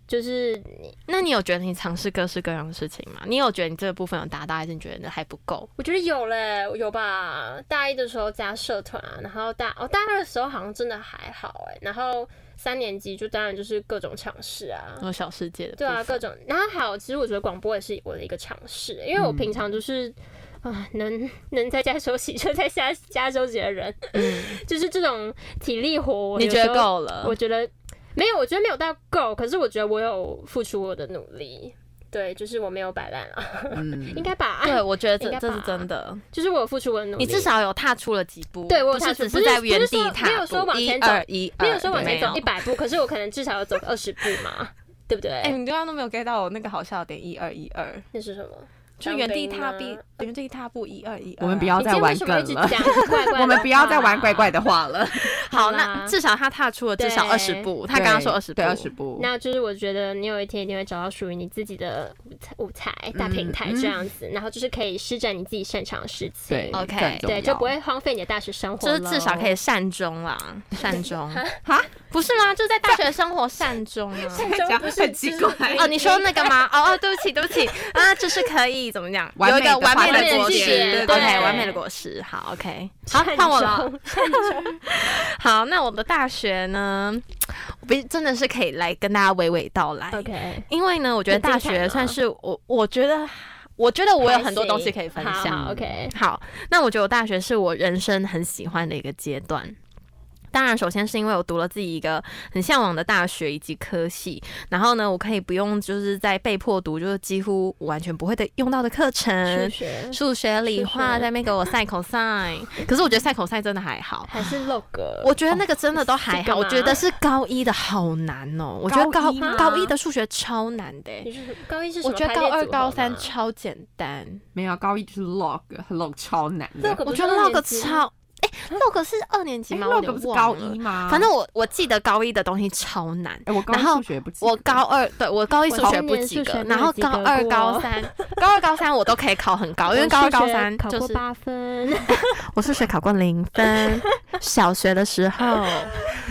S3: 就是你
S1: 那你有觉得你尝试各式各样的事情吗？你有觉得你这个部分有达到，还是你觉得还不够？
S3: 我觉得有嘞，有吧？大一的时候加社团啊，然后大哦大二的时候好像真的还好哎，然后三年级就当然就是各种尝试啊。
S1: 有小世界的部
S3: 对
S1: 分
S3: 啊，各种。然后还有，其实我觉得广播也是我的一个尝试，
S1: 嗯
S3: 因为我平常就是啊、能能在家休息就在家家休息的人， 就是这种体力活，我
S1: 嗯你
S3: 有
S1: 觉
S3: 时
S1: 得
S3: 候？
S1: 够了？
S3: 我觉得没有，我觉得没有到够，可是我觉得我有付出我的努力。对，就是我没有摆烂啊，
S2: 嗯，
S3: 应该吧？
S1: 对，，啊我觉得这
S3: 应该
S1: 这是
S3: 吧
S1: 真的，
S3: 就是我有付出我的努力。
S1: 你至少有踏出了几步，
S3: 对我有
S1: 不
S3: 踏
S1: 是
S3: 出
S1: 只
S3: 不是
S1: 在
S3: 不是
S1: 原地
S3: 说没
S1: 踏
S3: 有
S1: 步，
S3: 说往前
S1: 一
S3: 走
S1: 二一
S3: 没
S1: 二，
S3: 有说往前
S1: 对
S3: 走一百步，可是我可能至少要走二十步 嘛，对不对？
S1: 哎、你刚刚都没有 get 到我那个好笑的点，一二一二，
S3: 那是什么？
S1: 就
S3: 当
S1: 原地
S3: 兵
S1: 踏
S3: 吗
S1: 步，原地踏步，一二一二。
S2: 我们不要
S3: 你
S2: 再
S3: 今天为
S2: 玩
S3: 什
S2: 梗
S3: 么一直
S2: 了，
S3: 讲怪怪 的
S2: 我们不要再玩
S3: 话
S2: 怪怪的话 了。
S1: 好，
S3: 好啦
S1: 那至少他踏出了至少
S3: 对
S1: 二十步，他刚刚说二十步，
S2: 对二十步。
S3: 那就是我觉得你有一天一定会找到属于你自己的舞台、舞台
S2: 嗯
S3: 大平台这样子，然后就是可以施展你自己擅长的事情，
S2: 对
S3: 对，
S1: OK
S2: 这很重要
S3: 就不会荒废你的大学生活
S1: 就
S3: 咯，
S1: 是至少可以善终啦，善终
S2: 哈，
S1: 不是吗？就在大学生活善终啊。
S2: 讲很奇怪。
S1: 哦，你说那个吗？ 哦哦，对不起，对不起啊，就是可以怎么讲，
S2: 完
S1: 有
S2: 美
S1: 一个
S2: 的
S1: 完美
S3: 完美的
S1: 果
S3: 句
S1: 实
S3: 点对
S1: ，OK，
S3: 对
S1: 完美的果实，好，OK，好，
S3: 善
S1: 换我了。
S3: 终。
S1: 好，那我的大学呢，我不真的是可以来跟大家娓娓道来
S3: OK，
S1: 因为呢，我觉得
S3: 很精
S1: 大
S3: 彩
S1: 学
S3: 吗
S1: 算是我，我觉得，我觉得我有很多东西可以分
S3: 开心
S1: 享
S3: 好。OK，
S1: 好，那我觉得我大学是我人生很喜欢的一个阶段。当然，首先是因为我读了自己一个很向往的大学以及科系，然后呢，我可以不用就是在被迫读，就是几乎我完全不会的用到的课
S3: 数
S1: 程，
S3: 学
S1: 数学、理
S3: 数
S1: 化
S3: 学
S1: 在那边给我赛口 赛，可是我觉得赛口赛真的还好。
S3: 还是 log，
S1: 我觉得那个真的都还
S3: 这
S1: 好，
S3: 个
S1: 我
S3: 吗
S1: 觉得是高一的好难哦、我觉得高
S2: 高一吗
S1: 高一的数学超难的欸、
S3: 你是高一是什
S1: 我
S3: 么
S1: 觉
S3: 排
S1: 得
S3: 列组
S1: 高二、
S3: 合吗？
S1: 高三超简单，
S2: 没有高一就是 log，log 超难的。
S3: log，
S1: 我觉得 log 超哎、log
S3: 嗯
S1: 是二年级
S2: 哎
S1: 吗？我有
S2: log
S1: 点
S2: 不是
S1: 忘
S2: 高
S1: 了
S2: 一吗？
S1: 反正我我记得高一的东西超难。
S2: 哎，我高一
S1: 然后
S2: 数学也不及格
S1: 我高二对我高一数
S3: 我
S1: 学
S3: 三
S1: 不
S3: 年
S1: 及
S3: 数
S1: 格
S3: 学，没
S1: 然后
S3: 有及格
S1: 高二、
S3: 过
S1: 高三、高二、高三我都可以考很高，因为高二、高三
S3: 考
S1: 就
S3: 过
S1: 是
S3: 八分，
S1: 我数学考过零 分，小学的时候，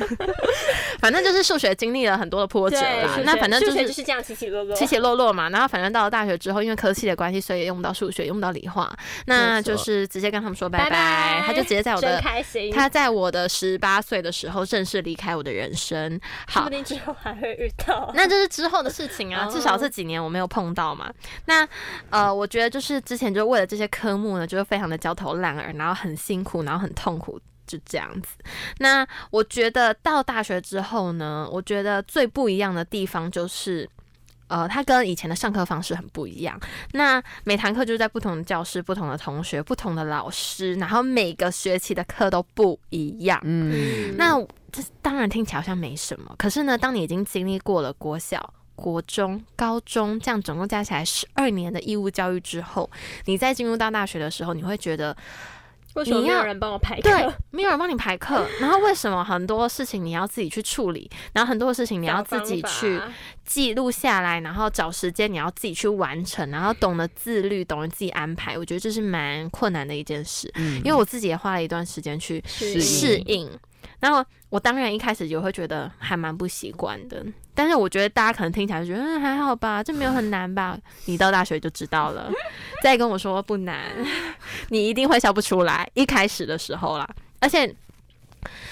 S1: 反正就是数学经历了很多的波折
S3: 对，
S1: 啦
S3: 数。
S1: 那
S3: 学
S1: 反正就
S3: 数学就是是这样起起落落，
S1: 起起落落嘛，然后反正到了大学之后，因为科系的关系，所以也用不到数学，用不到理化，那
S3: 没错
S1: 就是直接跟他们说拜
S3: 拜拜
S1: 他就直接在我
S3: 真
S1: 的。
S3: 开心。
S1: 他在我的十八岁的时候正式离开我的人生，
S3: 说
S1: 好
S3: 不，定之后还会遇到。
S1: 那这是之后的事情啊，
S3: 哦
S1: 至少这几年我没有碰到嘛。那呃，我觉得就是之前就为了这些科目呢，就是非常的焦头烂额，然后很辛苦，然后很痛苦。就这样子。那我觉得到大学之后呢，我觉得最不一样的地方就是，呃，它跟以前的上课方式很不一样。那每堂课就是在不同的教室、不同的同学、不同的老师，然后每个学期的课都不一样。
S2: 嗯，
S1: 那这当然听起来好像没什么，可是呢，当你已经经历过了国小、国中、高中这样总共加起来十二年的义务教育之后，你再进入到大学的时候，你会觉得
S3: 为什么
S1: 你
S3: 没有
S1: 要
S3: 人帮我排课？
S1: 对，没有人帮你排课，然后为什么很多事情你要自己去处理，然后很多事情你要自己去记录下来，然后找时间你要自己去完成，然后懂得自律，懂得自己安排，我觉得这是蛮困难的一件事，
S2: 因
S1: 因为我自己也花了一段时间去
S3: 是
S1: 适应。然后我当然一开始也会觉得还蛮不习惯的，但是我觉得大家可能听起来就觉得嗯还好吧，这没有很难 吧？你到大学就知道了，再跟我说不难，你一定会笑不出来。一开始的时候啦，而且。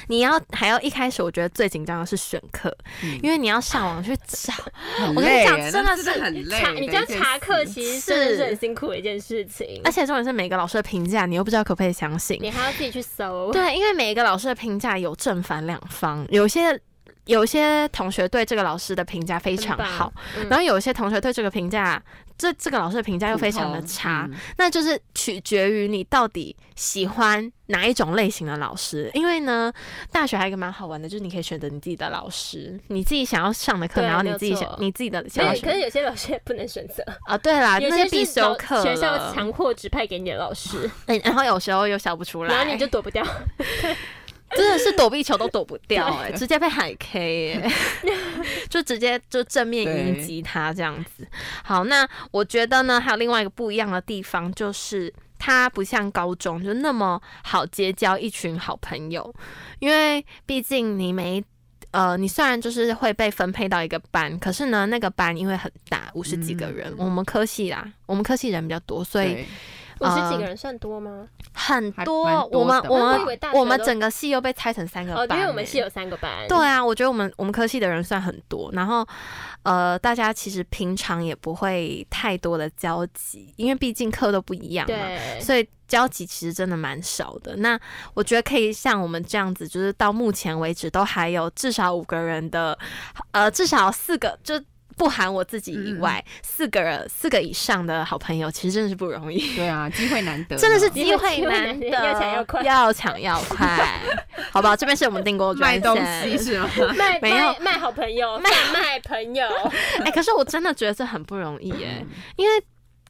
S1: 你要还要一开始，我觉得最紧张的是选课，
S2: 嗯
S1: 因为你要上网去找，
S2: 很
S1: 我跟你
S2: 累
S1: 讲
S2: 耶
S1: 真
S2: 那
S1: 的
S2: 真
S1: 是
S2: 的很累
S3: 查，
S2: 的
S3: 你
S2: 一
S3: 这样
S2: 件
S3: 查
S2: 事
S3: 课其实真的
S1: 是
S3: 是很辛苦的一件事情，
S1: 而且重点是每个老师的评价，你又不知道可不可以相信。
S3: 你还要自己去搜。
S1: 对，因为每一个老师的评价有正反两方，有些有些同学对这个老师的评价非常
S3: 很棒
S1: 好，
S3: 嗯
S1: 然后有些同学对这个评价，这这个老师的评价又非常的差，
S2: 嗯
S1: 那就是取决于你到底喜欢哪一种类型的老师。因为呢，大学还有一个蛮好玩的，就是你可以选择你自己的老师，你自己想要上的课，
S3: 对
S1: 然后你
S3: 没有
S1: 自己想
S3: 错
S1: 你自己的想
S3: 没
S1: 要
S3: 有，可
S1: 选
S3: 是有些老师也不能选择，
S1: 啊，对啦，
S3: 有
S1: 那
S3: 些
S1: 必
S3: 是
S1: 修
S3: 老
S1: 课
S3: 学校
S1: 了
S3: 强迫指派给你的老
S2: 啊
S3: 师，
S1: 嗯然后有时候又想不出来，
S3: 然后你就躲不掉。
S1: 啊 真的是躲避球都躲不掉、哎，
S2: 对
S1: 直接被喊 K，哎、 就直接就正面迎击他这样子。好，那我觉得呢，还有另外一个不一样的地方就是。它不像高中就那么好结交一群好朋友，因为毕竟你每一呃，你虽然就是会被分配到一个班，可是呢，那个班因为很大，五十几个人，
S2: 嗯
S1: 我们科系啦，我们科系人比较多，所以
S2: 对，
S3: 五十几个人算多吗？
S1: 很
S2: 还
S1: 多
S2: 蛮。多
S1: 我们
S2: 的
S1: 我
S3: 我以为
S1: 们
S3: 大学
S1: 我们
S3: 都
S1: 整个系又被拆成三个
S3: 哦，
S1: 班、
S3: 因为我们
S1: 哎
S3: 系有三个班。
S1: 对啊，我觉得我们我们科系的人算很多，然后呃，大家其实平常也不会太多的交集，因为毕竟课都不一样嘛，
S3: 对，
S1: 所以交集其实真的蛮少的。那我觉得可以像我们这样子，就是到目前为止都还有至少五个人的，呃，至少四个就。不含我自己
S3: 嗯
S1: 以外，四个人四个以上的好朋友，其实真的是不容易。
S2: 对啊，机会难得呢，
S1: 真的是
S3: 机
S1: 机
S3: 会
S1: 会
S3: 哦机会
S1: 难
S3: 难
S1: 得，
S3: 得要抢要快
S1: 要抢要快好不好？这边是我们 订购专
S2: 卖东
S1: 线
S2: 西是吗？
S3: 卖
S1: 没有
S3: 卖卖好朋友，贩卖朋友，
S1: 哎、可是我真的觉得这很不容易
S3: 嗯
S1: 耶，因为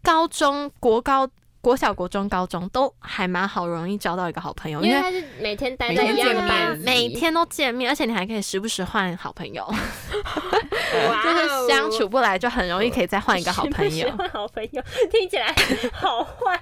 S1: 高中国高。国小、国中、高中都还蛮好，容易交到一个好朋友，因
S3: 因为
S1: 为
S3: 他是每天待
S2: 每
S3: 在
S2: 天
S3: 一样
S2: 见
S3: 的
S2: 面
S3: 班，
S1: 每天都见面，而且你还可以时不时换好朋友，
S3: 哇
S1: 就
S3: 哦
S1: 是相处不来就很容易可以再换一个好朋
S3: 喜
S1: 友
S3: 哦不。喜欢好朋友，听起来好坏。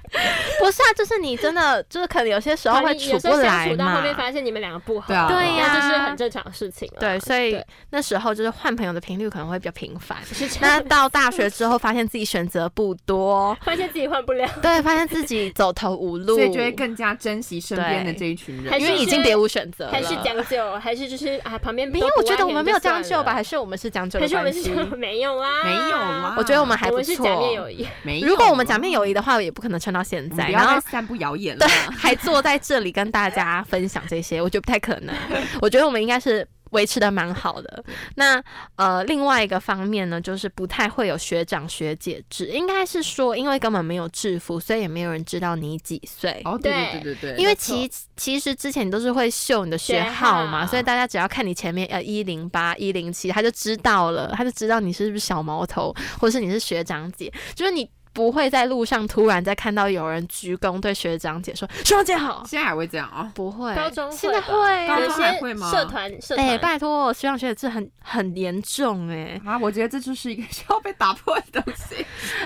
S1: 不是啊，就是你真的就是可能有些时候会
S3: 你
S1: 处
S3: 有时
S1: 不
S3: 候相
S1: 来
S3: 处到
S1: 嘛
S3: 后，面发现你们两个不合，
S2: 对啊对
S1: 呀
S3: 那就是很正常的事情了。啊
S1: 对，所以
S3: 对
S1: 那时候就是换朋友的频率可能会比较频 繁。
S3: 是这
S1: 那
S3: 样。
S1: 到大学之后，发现自己选择不多，
S3: 发现自己换不了，
S1: 对，发现自己走投无 路，
S2: 所以就会更加珍惜身边的
S1: 对
S2: 这一群
S3: 还
S2: 人，
S1: 因
S3: 是
S1: 为已经别无选择了，
S3: 还是将就，还是就是啊，旁边
S1: 没有，哎我觉得我们没有
S3: 将
S1: 将就吧，还是我们是将就
S3: 还
S1: 的
S3: 是我
S1: 关
S3: 们是
S1: 系。
S3: 没有啦，
S2: 没有啦，
S1: 啊我觉得我们还
S3: 我
S1: 不
S3: 们是假面友
S1: 错。
S3: 谊，
S2: 没有啦。
S1: 如果我们假面友谊的话，啊也不可能撑到现
S2: 我们
S1: 在，
S2: 不要
S1: 然
S2: 再
S1: 后
S2: 散布谣言了
S1: 对，，还坐在这里跟大家分享这些，我觉得不太可 能。我觉得我们应该是维持的蛮好的。那呃，另外一个方面呢，就是不太会有学长学姐制，应该是说，因为根本没有制服，所以也没有人知道你几岁。
S2: 哦，对对对对对，
S1: 因为
S2: 没错
S1: 其其实之前你都是会秀你的学
S3: 学
S1: 号嘛，
S3: 号
S1: 所以大家只要看你前面呃一零八一零七，他就知道了，他就知道你是不是小毛头， 或是你是学长姐，就是你不会在路上突然再看到有人鞠躬对学长姐说学长姐好，
S2: 现在还会这样啊，
S1: 不会，
S3: 高中会
S1: 现在
S3: 吧
S1: 会啊
S2: 高
S3: 有
S2: 中还会
S3: 些
S2: 吗
S3: 社团社
S1: 哎、
S3: 团
S1: 拜托，学长学姐这很很严重哎、
S2: 啊，我觉得这就是一个 需要被打破的东西。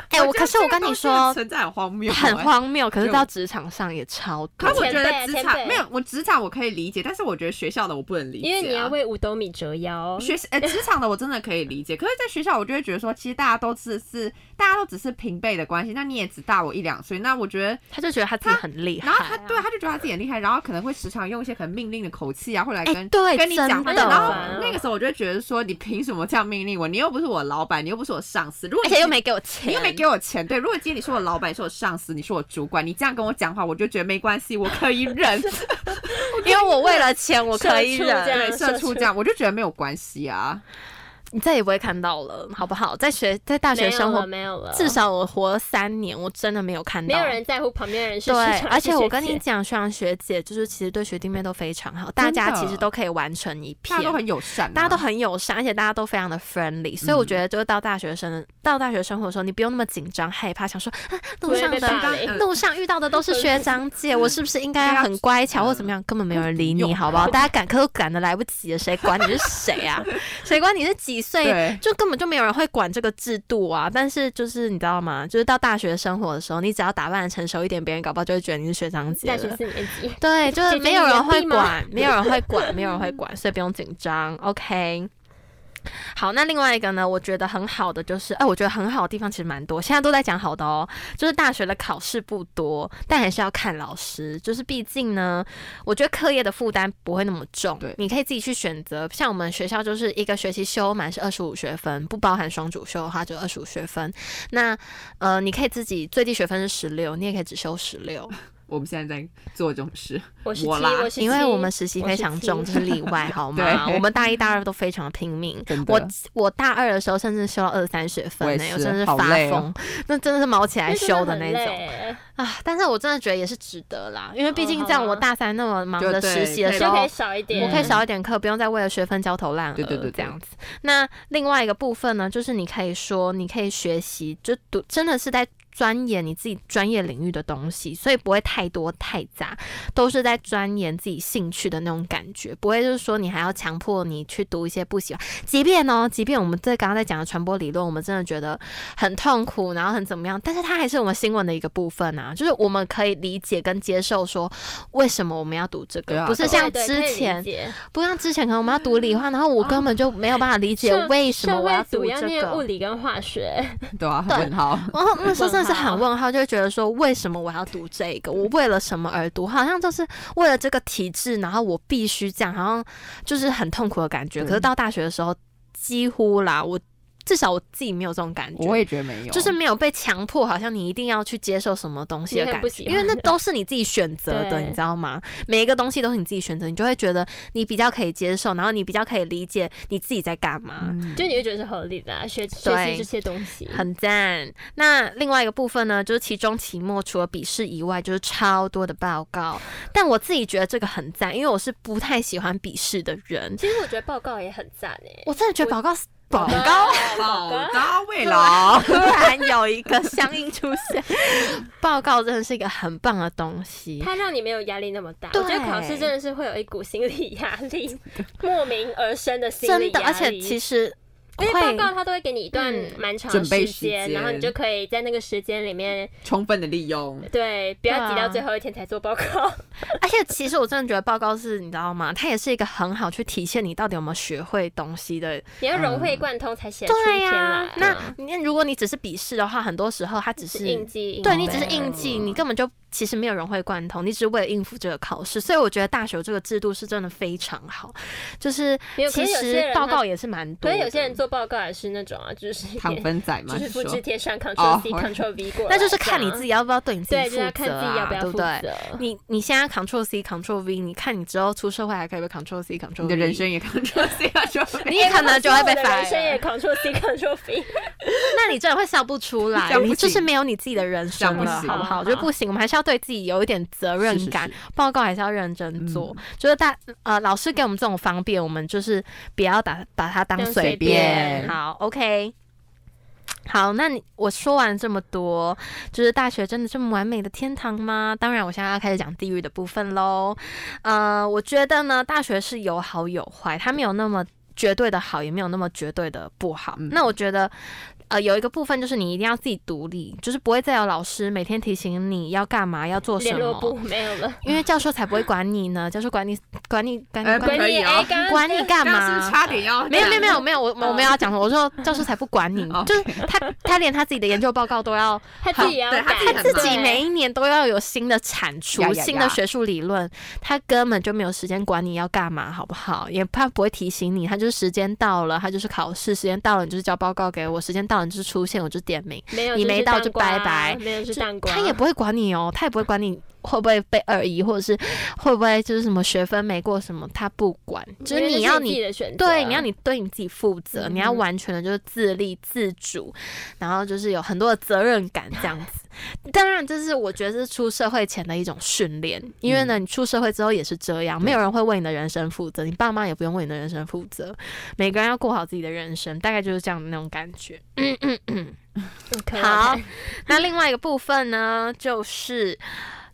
S1: 哎、我
S2: 觉
S1: 可
S2: 得
S1: 是我
S2: 这个
S1: 跟你
S2: 东西
S1: 说。
S2: 存在很荒谬，
S1: 很
S2: 哎。
S1: 荒谬，可是
S2: 就
S1: 到职场上也超多
S2: 可。是我觉得
S3: 前辈
S2: 职
S3: 前辈
S2: 场没有，我职场我可以理解，但是我觉得学校的我不能理解啊、
S3: 因为你要为五斗米折腰，
S2: 学呃职场的我真的可以理解，可是，在学校我就会觉得说，其实大家都只是大家都只是平辈的关系，那你也只大我一两岁，那我觉得，
S1: 他就觉得他自己很厉害啊
S2: 然后，他对啊他就觉得他自己很厉害，然后可能会时常用一些很命令的口气啊，会来跟、
S1: 哎对
S2: 跟你讲话，
S1: 真的
S2: 然后那个时候我就会觉得说，你凭什么这样命令我？你又不是我老板，你又不是我上司，如果
S1: 而
S2: 你
S1: 且又没给我钱，
S2: 你又没给我钱，对。如果今天你是我老板，你是我上司，你是我主管，你这样跟我讲话，我就觉得没关系，我可以 忍。
S1: 因为我为了钱我可以
S3: 社畜这
S1: 忍，
S3: 样
S2: 对，社畜这样，我就觉得没有关系啊。
S1: 你再也不会看到了，好不好？在学在大
S3: 没
S1: 学
S3: 有
S1: 生
S3: 了
S1: 活，
S3: 没有了，
S1: 至少我活三年，我真的没有看
S3: 没
S1: 到。
S3: 有人在乎旁边的人是
S1: 对
S3: 学，长
S1: 而且我
S3: 学
S1: 跟你
S3: 姐
S1: 讲，学长学姐就是其实对学弟妹都非常好，大
S2: 真的
S1: 家其实都可以完成一
S2: 大
S1: 片
S2: 家。都很友善、啊，
S1: 大家都很友善，而且大家都非常的 friendly，、所以我觉得就是到大学生到大学生活的时候，你不用那么紧张害怕，想说、啊、路上
S3: 不会被
S1: 的
S3: 霸凌
S2: 嗯
S1: 路上遇到的都是学长姐，我是不是应该要很乖巧或怎么样？根本没有人理
S2: 根本不
S1: 你，
S2: 嗯用
S1: 好不好？大家赶课都赶得来不及了，谁管你是谁 啊？谁管你是几岁
S2: 对？
S1: 就根本就没有人会管这个制度啊！但是就是你知道吗？就是到大学生活的时候，你只要打扮的成熟一点，别人搞不好就会觉得你是学长姐
S3: 大
S2: 嗯
S1: 了。
S3: 学四年级，
S1: 对，就
S3: 姐
S1: 是
S3: 姐
S1: 没
S3: 你
S1: 有人
S3: 原
S1: 会
S3: 地吗
S1: 管， 没有人会管，没有人会管，所以不用紧张。OK。好，那另外一个呢？我觉得很好的就是，哎、我觉得很好的地方其实蛮多，现在都在讲好的哦。就是大学的考试不多，但还是要看老师。就是毕竟呢，我觉得课业的负担不会那么重
S2: 对，
S1: 你可以自己去选择。像我们学校就是一个学期修满是二十五学分，不包含双主修的话就二十五学分。那呃，你可以自己最低学分是十六，你也可以只修十六。
S2: 我们现在在做这种事。
S3: 我十七，
S2: 我啦
S3: 我十七，
S1: 因为我们实习
S3: 我
S1: 非
S3: 是
S1: 常
S3: 七
S1: 重，这是例外，好吗？
S2: 对
S1: 我们大一、大二都非常拼命
S2: 真。的
S1: 我我大二的时候甚至修到二三学分
S2: 我也
S1: 呢、我
S2: 是
S1: 真的是
S2: 好
S1: 发
S2: 累哦
S1: 疯，那真的是毛起来
S3: 那真的
S1: 修的
S3: 很
S1: 那种
S3: 累
S1: 啊！但是我真的觉得也是值得啦，因为毕
S3: 哦
S1: 竟
S3: 好
S1: 这样，
S3: 啦
S1: 我大三那么忙
S2: 就
S1: 的
S2: 对
S1: 实习的
S2: 可
S1: 时
S2: 以
S3: 就
S1: 候，
S3: 可以少一点，
S1: 我可以少一点课，不用再为了学分焦头烂额，
S2: 对对对对
S1: 这样子。那另外一个部分呢，就是你可以说，你可以学习，就读真的是在钻研你自己专业领域的东西，所以不会太多太杂，都是在钻研自己兴趣的那种感觉，不会就是说你还要强迫你去读一些不喜欢。即便哦，即便我们这刚刚在讲的传播理论，我们真的觉得很痛苦，然后很怎么样，但是它还是我们新闻的一个部分啊，就是我们可以理解跟接受说为什么我们要读这
S2: 对
S1: 个，
S2: 啊
S1: 不是
S3: 对
S1: 像
S3: 对
S1: 之
S3: 可以理
S1: 前。
S3: 解
S1: 不像之前可能我们要读理化，然后我根本就没有办法理解
S3: 嗯社
S1: 为什么
S3: 社
S1: 我
S3: 会
S1: 要
S3: 组
S1: 读
S3: 要
S1: 这
S3: 念物
S1: 个。
S3: 理跟化学，
S2: 对啊，
S1: 对
S2: 问号。
S1: 然后那时候真的是很
S3: 问
S1: 问号，就会觉得说为什么我要读这个？我为了什么而读？好像就是为了这个体制，然后我必须这样，好像就是很痛苦的感觉。
S2: 对
S1: 可是到大学的时候，几乎啦，我至少我自己没有这种感觉。
S2: 我也觉得没有，
S1: 就是没有被强迫，好像你一定要去接受什么东西的
S3: 你很
S1: 感
S3: 不
S1: 觉，
S3: 喜
S1: 因为
S3: 欢
S1: 那
S3: 的
S1: 都是你自己选择的，
S3: 对
S1: 你知道吗？每一个东西都是你自己选择，你就会觉得你比较可以接受，然后你比较可以理解你自己在干嘛。
S2: 嗯，
S3: 就你会觉得是合理的啊，学学
S1: 对
S3: 习这些东西，
S1: 很赞。那另外一个部分呢，就是期中、期末除了笔试以外，就是超多的报告。但我自己觉得这个很赞，因为我是不太喜欢笔试的人。
S3: 其实我觉得报告也很赞欸诶，
S1: 我真的觉得报
S3: 我
S1: 告是报告
S3: 告
S2: 好
S3: 告
S2: 高未老，
S1: 突然有一个乡音出现，报告真的是一个很棒的东西。
S3: 它让你没有压力那么大。
S1: 对
S3: 我觉得考试真的是会有一股心理压力，莫名而生的心
S1: 真
S3: 理
S1: 的，
S3: 压
S1: 而
S3: 力。
S1: 且其
S3: 实，
S1: 实
S3: 因
S1: 会
S3: 为报告它都会给你一段
S1: 嗯
S3: 蛮长的
S2: 准备时
S3: 间，
S2: 间
S3: 然后你就可以在那个时间里面，
S2: 充分的利用。
S3: 对，不要
S1: 对啊
S3: 挤到最后一天才做报告。
S1: 而且其实我真的觉得报告是，你知道吗？它也是一个很好去体现你到底有没有学会东西的。
S3: 你要融会贯通才写得出一
S1: 嗯对
S3: 篇
S1: 呀、
S3: 来。
S1: 那那如果你只是笔试的话，很多时候它只
S3: 只
S1: 是
S3: 是应记，
S1: 对
S3: 应
S1: 你只
S3: 背
S1: 是应记，你根本就其实没有融会贯通，你只是为了应付这个考试。所以我觉得大学这个制度是真的非常好，就是
S3: 没有可
S1: 其
S3: 是有些
S1: 实
S3: 人
S1: 报
S3: 他
S1: 告也是蛮多
S3: 可
S1: 的。
S3: 是有些人做报告也是那种啊，就是
S2: 糖分仔嘛，
S3: 就是复制
S2: 说
S3: 贴上
S2: 哦
S3: Ctrl C
S2: 我
S3: Ctrl V 过来，
S1: 那就是看你自
S3: 己，
S1: 己要不要对你自己
S3: 对，
S1: 负
S3: 就
S1: 责、啊，
S3: 要看自己要不
S1: 对
S3: 要负
S1: 不
S3: 责
S1: 对？。你你现在 Control C Control V，你看你之后出社会还可以不可以 Control C Control V？
S2: 你的人生也刚出现了，说
S1: 你可能就会被
S3: 我的
S1: fire
S3: 人生也 Ctrl C Ctrl V，
S1: 那你真的会笑不出来
S2: 这样，不
S1: 你
S2: 行
S1: 就是没有你自己的人生
S2: 这
S1: 了，
S2: 样不行
S1: 好不好？
S3: 好
S1: 我觉得不行，我们还是要对自己有一点责任感，
S2: 是
S1: 报告还是要认真做。
S3: 嗯
S1: 就是大呃，老师给我们这种方便，我们就是不要打把它当
S3: 当
S1: 随
S3: 随
S1: 便。
S2: 便
S1: 好，OK。好，那你我说完这么多，就是大学真的这么完美的天堂吗？当然，我现在要开始讲地狱的部分喽。呃，我觉得呢，大学是有好有坏，它没有那么绝对的好，也没有那么绝对的不好。
S2: 嗯
S1: 那我觉得，呃，有一个部分就是你一定要自己独立，就是不会再有老师每天提醒你要干嘛，要做什
S3: 联络部
S1: 么，
S3: 没有了，
S1: 因为教授才不会管你呢。教授管你，管你，管你，管
S2: 呃可
S3: 管
S1: 你，
S2: 以
S3: 你
S2: 哦
S3: 哎，刚刚
S1: 管你干
S2: 刚刚是不
S1: 嘛
S2: 是？差点要
S1: 没有没有没有没有，我我没有要讲什么，我说教授才不管你，
S2: 哦
S1: 就是他他连他自己的研究报告都要
S3: 他自己也要
S2: 对
S3: 改，
S2: 他自
S1: 他
S2: 己 很
S1: 自
S2: 忙
S1: 己每一年都要有新的产出、
S2: 呀呀呀
S1: 新的学术理论，他根本就没有时间管你要干嘛，好不好？也他不会提醒你，他就是时间到了，他就是考试，时间到了你就是交报告给我，时间到了你就是出现，我就点名。
S3: 没有
S1: 你
S3: 是
S1: 没到
S3: 当
S1: 就
S3: 瓜
S1: 拜拜
S3: 没有是蛋瓜，
S1: 他也不会管啊你哦，他也不会管你会不会被二一，或者是会不会就是什么学分没过什么，他不管，就是
S3: 因为
S1: 你
S3: 这
S1: 要
S3: 是自
S1: 你
S3: 己的选择，
S1: 对，你要你对你自己负责，啊你要
S3: 嗯
S1: 完全的就是自立自主，然后就是有很多的责任感这样子。当然，这是我觉得是出社会前的一种训练，因为呢，你出社会之后也是这样，没有人会为你的人生负责，你爸妈也不用为你的人生负责，每个人要过好自己的人生，大概就是这样的那种感觉。
S3: 嗯可以
S1: 好， 那另外一个部分呢，就是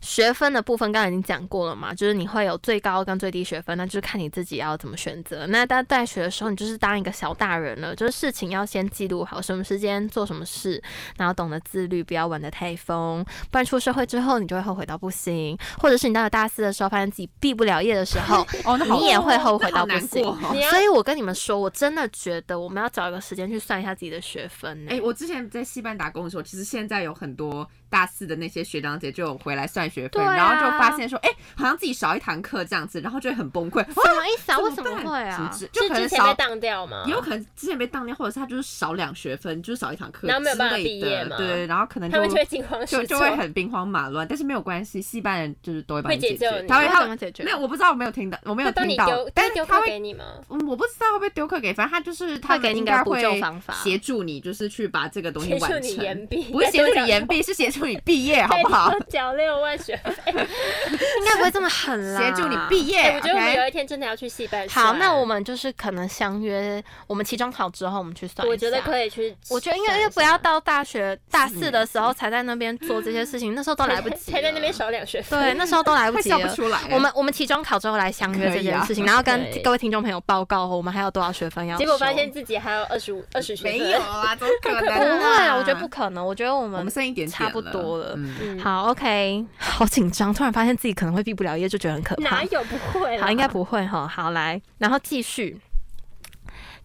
S1: 学分的部分，刚才已经讲过了嘛，就是你会有最高跟最低学分，那就是看你自己要怎么选择。那在大学的时候，你就是当一个小大人了，就是事情要先记录好，什么时间做什么事，然后懂得自律，不要玩的太疯，不然出社会之后你就会后悔到不行，或者是你到了大四的时候，发现自己毕不了业的时 候，
S2: 哦，那好
S1: 你也会后悔
S2: 那
S1: 到
S2: 好
S1: 不
S2: 难
S1: 行。
S2: 过哦。
S3: 你要
S1: 所以，我跟你们说，我真的觉得我们
S2: 哎
S1: 要找一个时间去算一下自己的学分、呢。
S2: 哎，我之前在戏班打工的时候，其实现在有很多大四的那些学长姐就有回来算学分，
S3: 对啊
S2: 然后就发现说，哎、好像自己少一堂课这样子，然后就会很崩溃。哇
S1: 什么意思啊？为什
S2: 怎么
S1: 么
S2: 办
S1: 会
S2: 什么
S1: 啊？
S2: 之就是可能
S3: 之前被
S2: 少，
S3: 当掉吗
S2: 也？有可能之前被当掉，或者是他就是少两学分，就是少一堂课
S3: 然后没有
S2: 之
S3: 办法
S2: 类
S3: 毕
S2: 的
S3: 业嘛
S2: 对，然后可能
S3: 他们就会惊慌
S2: 就
S3: 失
S2: 就
S3: 措，
S2: 会很兵荒马乱，但是没有关系，戏班人就是都会帮你
S3: 会解
S2: 解决
S3: 救，你
S2: 他会
S1: 他
S2: 他
S1: 怎么解决
S2: 没？有，我不知道，我没有听到，我没有
S3: 会帮
S2: 听
S3: 你
S2: 到
S3: 丢，，
S2: 但
S3: 会
S2: 是
S3: 丢
S2: 他
S3: 课
S2: 会
S3: 给你吗？
S2: 嗯，我不知道会不会丢课给，反正他就是他
S1: 会给
S2: 们
S1: 你
S2: 应
S1: 一个
S2: 该
S1: 补
S2: 会
S1: 救方法
S2: 协助你，就是去把这个东西
S3: 协
S2: 完
S3: 助
S2: 成。
S3: 你延毕，
S2: 不是协助你延
S3: 延
S2: 毕，是协助你毕业，好不好？
S3: 缴六万学费，
S1: 应该不会这么狠啦。
S2: 协助你毕业。
S3: 哎我觉得我们
S2: OK
S3: 有一天真的要去戏班算。
S1: 好，那我们就是可能相约，我们期中考之后，我们去算一下。
S3: 我觉得可以去算一下，
S1: 我觉得因为因为不要到大学大四的时候才在那边做这些事情，那时候都来不及了，
S3: 才在那边少两学分。
S1: 对，那时候都来不
S2: 快
S1: 及
S2: 笑不
S1: 了。
S2: 出来。
S1: 我们我们期中考之后来相约这件事情，
S2: 可以啊
S1: 然后跟
S3: 对
S1: 各位听众朋友报告我们还有多少学分要修。
S3: 结果发现自己还有二十五二十学
S2: 没
S3: 分，
S2: 有啊，怎么可能
S1: 不会啊，
S2: 啊？
S1: 我觉得不可能，我觉得我
S2: 我
S1: 们
S2: 们剩一点点
S1: 差不多了
S2: 嗯
S3: 嗯，
S1: 好 OK，好紧张，突然发现自己可能会毕不了业，就觉得很可怕
S3: 哪。有不会啦？
S1: 好，应该不会哈。好，来，然后继续，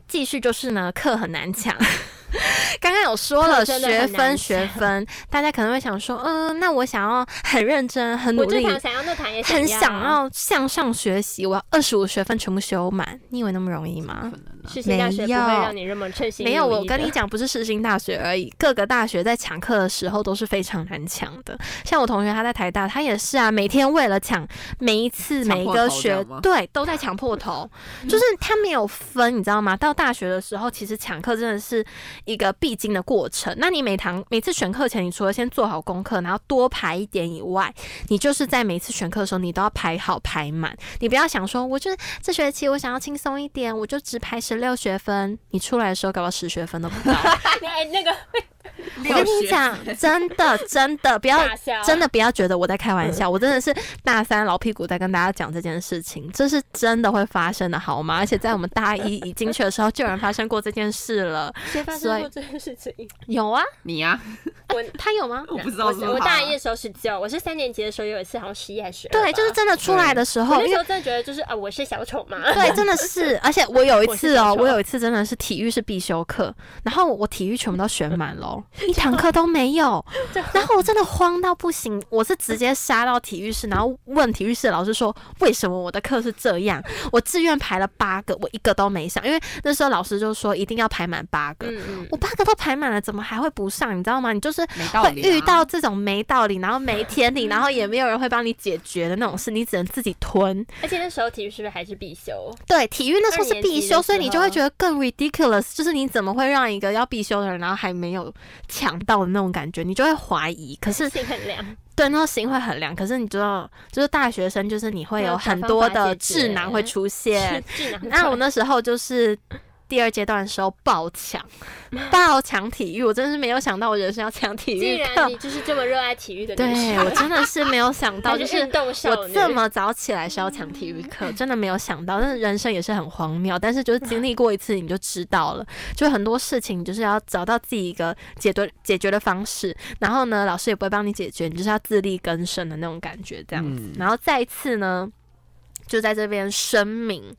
S1: 继续就是呢，课很难抢。 刚刚有说了
S3: 课真的很
S1: 学
S3: 难
S1: 分，学分，大家可能会想说，嗯、那我想要很认真、很努
S3: 我这
S1: 力，
S3: 堂想要那堂也
S1: 很
S3: 要
S1: 想要向上学习，我要二十五学分全部修满。你以为那么容易吗
S2: 可？能啊
S3: 世新大学不
S1: 没
S3: 会
S1: 有
S3: 让你那么称心
S1: 没有，
S3: 如
S1: 我
S3: 意
S1: 跟
S3: 的
S1: 你讲，不是世新大学而已，各个大学在抢课的时候都是非常难抢的。像我同学他在台大，他也是啊，每天为了抢每一次
S2: 抢
S1: 每一
S2: 破
S1: 个
S2: 头这
S1: 学
S2: 样吗，嗯
S1: 对，都在抢破头， 就是他没有分，你知道吗？到大学的时候，其实抢课真的是一个必经的过程。那你每堂每次选课前，你除了先做好功课，然后多排一点以外，你就是在每次选课的时候，你都要排好排满。你不要想说，我就是这学期我想要轻松一点，我就只排十六学分。你出来的时候，搞到十学分都 不到。
S3: 哎那个
S1: 我跟你讲，真的真的不要
S3: 大笑，
S1: 真的不要觉得我在开玩笑，我真的是大三老屁股在跟大家讲这件事情，这是真的会发生的好吗？而且在我们大一一进去的时候，就有人发生过这件事了。
S3: 谁发
S1: 所
S3: 生
S1: 以
S3: 过这件事情？
S1: 有啊，
S2: 你啊，
S3: 我
S1: 他有吗？
S2: 我不知道
S3: 我
S2: 是不是啊
S3: 我
S2: 他
S3: 大一的时候十九，我是三年级的时候有一次好像十一还是12
S1: 对，
S3: 吧
S1: 就是真的出来的时
S3: 我
S1: 候，
S3: 那
S1: 因
S3: 时
S1: 为
S3: 候真的觉得就是啊，我是小丑嘛，
S1: 对，真的是，而且我有一次哦，
S3: 我是小丑
S1: 我有一次真的是体育是必修课，然后我体育全部都选满喽，一堂课都没有，然后我真的慌到不行，我是直接杀到体育室，然后问体育室的老师说，为什么我的课是这样？我志愿排了八个，我一个都没上，因为那时候老师就说一定要排满八个，
S3: 嗯嗯，
S1: 我八个都排满了，怎么还会不上？你知道吗？你就是
S2: 没道
S1: 会
S2: 理啊。
S1: 遇到这种没道理，然后没天理，然后也没有人会帮你解决的那种事，你只能自己吞。
S3: 而且那时候体育是不是还是必修？
S1: 对，体育那时候
S3: 二
S1: 是
S3: 年
S1: 必
S3: 级的
S1: 修，所以
S3: 时
S1: 你就会
S3: 候
S1: 觉得更 ridiculous，就是你怎么会让一个要必修的人，然后还没有抢到的那种感觉，你就会怀疑。可是
S3: 心很凉，
S1: 对，那心会很凉。可是你知道，就是大学生，就是你会有
S3: 要找
S1: 很
S3: 方
S1: 多
S3: 法
S1: 的
S3: 解决
S1: 智囊会出 现。
S3: 智囊
S1: 那我那时候就是第二阶段的时候爆抢，爆抢体育，我真是没有想到我人生要抢体
S3: 既
S1: 育
S3: 然
S1: 课
S3: 你。就是这么热爱体育的女
S1: 对
S3: 生，
S1: 我真的是没有想到，
S3: 还
S1: 就是是
S3: 运动少
S1: 我
S3: 女，
S1: 这么早起来是要抢体育课，真的没有想到，但是人生也是很荒谬。但是就是经历过一次，你就知道了，就很多事情就是要找到自己一个解决解决的方式。然后呢，老师也不会帮你解决，你就是要自力更生的那种感觉，这样子。
S2: 嗯
S1: 然后再一次呢，就在这边声明。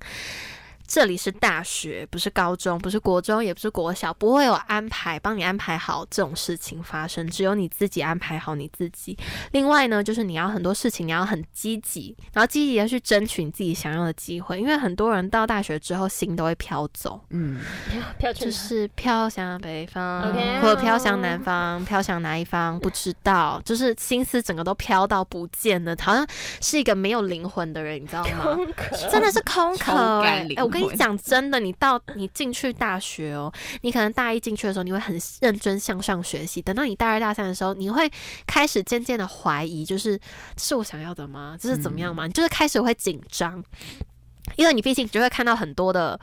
S1: 这里是大学，不是高中，不是国中，也不是国小，不会有安排帮你安排好这种事情发生，只有你自己安排好你自己。另外呢，就是你要很多事情，你要很积极，然后积极的去争取你自己想要的机会，因为很多人到大学之后心都会飘走，
S2: 嗯，
S3: 票
S1: 就
S3: 圈
S1: 是飘向北方
S3: OK
S1: 或者飘向南方，飘向哪一方不知道，就是心思整个都飘到不见了，好像是一个没有灵魂的人，你知道吗？
S3: 空壳，
S1: 真的是空壳
S2: 抽干
S1: 哎、
S2: 灵
S1: 哎我跟你
S2: 魂
S1: 讲，真的，你到你进去大学哦，你可能大一进去的时候，你会很认真向上学习，等到你大二大三的时候，你会开始渐渐的怀疑，就是这是我想要的吗？这是怎么样吗？你就是开始会紧
S2: 嗯
S1: 张，因为你毕竟就会看到很多的。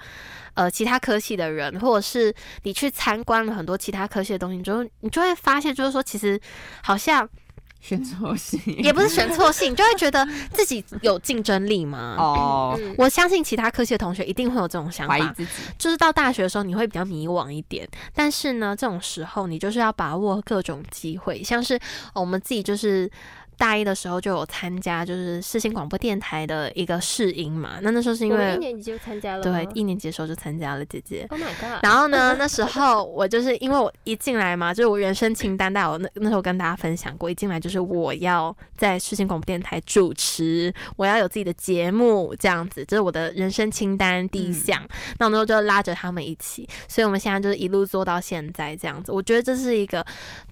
S1: 呃，其他科系的人，或者是你去参观了很多其他科系的东西，你就会你就会发现，就是说，其实好像
S2: 选错型
S1: 也不是选错系，你就会觉得自己有竞争力嘛。
S2: 哦，
S3: 嗯，
S1: 我相信其他科系的同学一定会有这种嗯想
S2: 怀疑
S1: 法，
S2: 自己。
S1: 就是到大学的时候你会比较迷惘一点，但是呢，这种时候你就是要把握各种机会，像是、呃我们自己就是。大一的时候就有参加，就是世新广播电台的一个试音嘛。那那时候是因
S3: 我们
S1: 为
S3: 一年级就参加了吗，
S1: 对一年级的时候就参加了姐姐。
S3: ，Oh my god，
S1: 然后呢，那时候我就是因为我一进来嘛，就是我人生清单，但我那那时候跟大家分享过，一进来就是我要在世新广播电台主持，我要有自己的节目，这样子，这是我的人生清单第一项。那我那时候就拉着他们一起，所以我们现在就是一路做到现在这样子。我觉得这是一个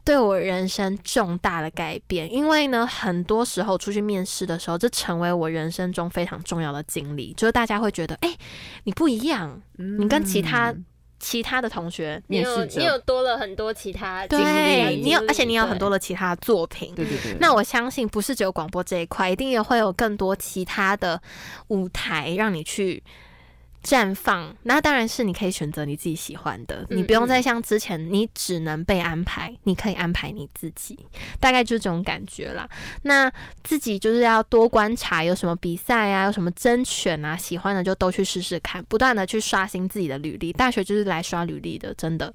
S1: 对我人生重大的改变，因为呢，很多时候出去面试的时候，这成为我人生中非常重要的经历，就是大家会觉得，哎、你不一样，你跟其他
S2: 嗯
S1: 其他的同学，
S3: 你
S2: 面
S3: 有
S2: 试
S3: 你
S2: 者，
S3: 有多了很多其他经
S1: 对
S3: 历，
S1: 你有，而且你有
S3: 对
S1: 很多的其他作品。
S2: 对对对，
S1: 那我相信不是只有广播这一块，一定也会有更多其他的舞台让你去绽放。那当然是你可以选择你自己喜欢的，
S3: 嗯
S1: 你不用再像之前，你只能被安排，你可以安排你自己，大概就是这种感觉啦。那自己就是要多观察有什么比赛啊，有什么甄选啊，喜欢的就都去试试看，不断的去刷新自己的履历。大学就是来刷履历的，真的。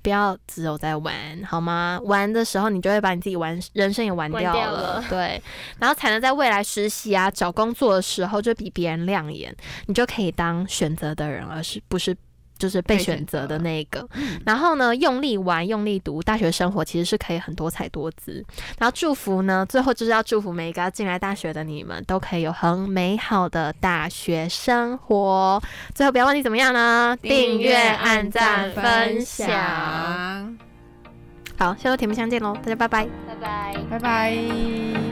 S1: 不要只有在玩，好吗？玩的时候，你就会把你自己玩人生也玩掉
S3: 玩掉了
S1: 对，然后才能在未来实习啊、找工作的时候就比别人亮眼，你就可以当选择的人，而是不是就是被
S2: 被选
S1: 选择的
S2: 择
S1: 那一个。然后呢，用力玩，用力读，大学生活其实是可以很多彩多姿。然后祝福呢，最后就是要祝福每一个要进来大学的你们，都可以有很美好的大学生活。最后不要忘记怎么样呢？订阅、按赞、分享。
S2: 想，
S1: 好，下周甜不相见喽，大家拜拜。
S3: 拜拜。
S2: 拜拜。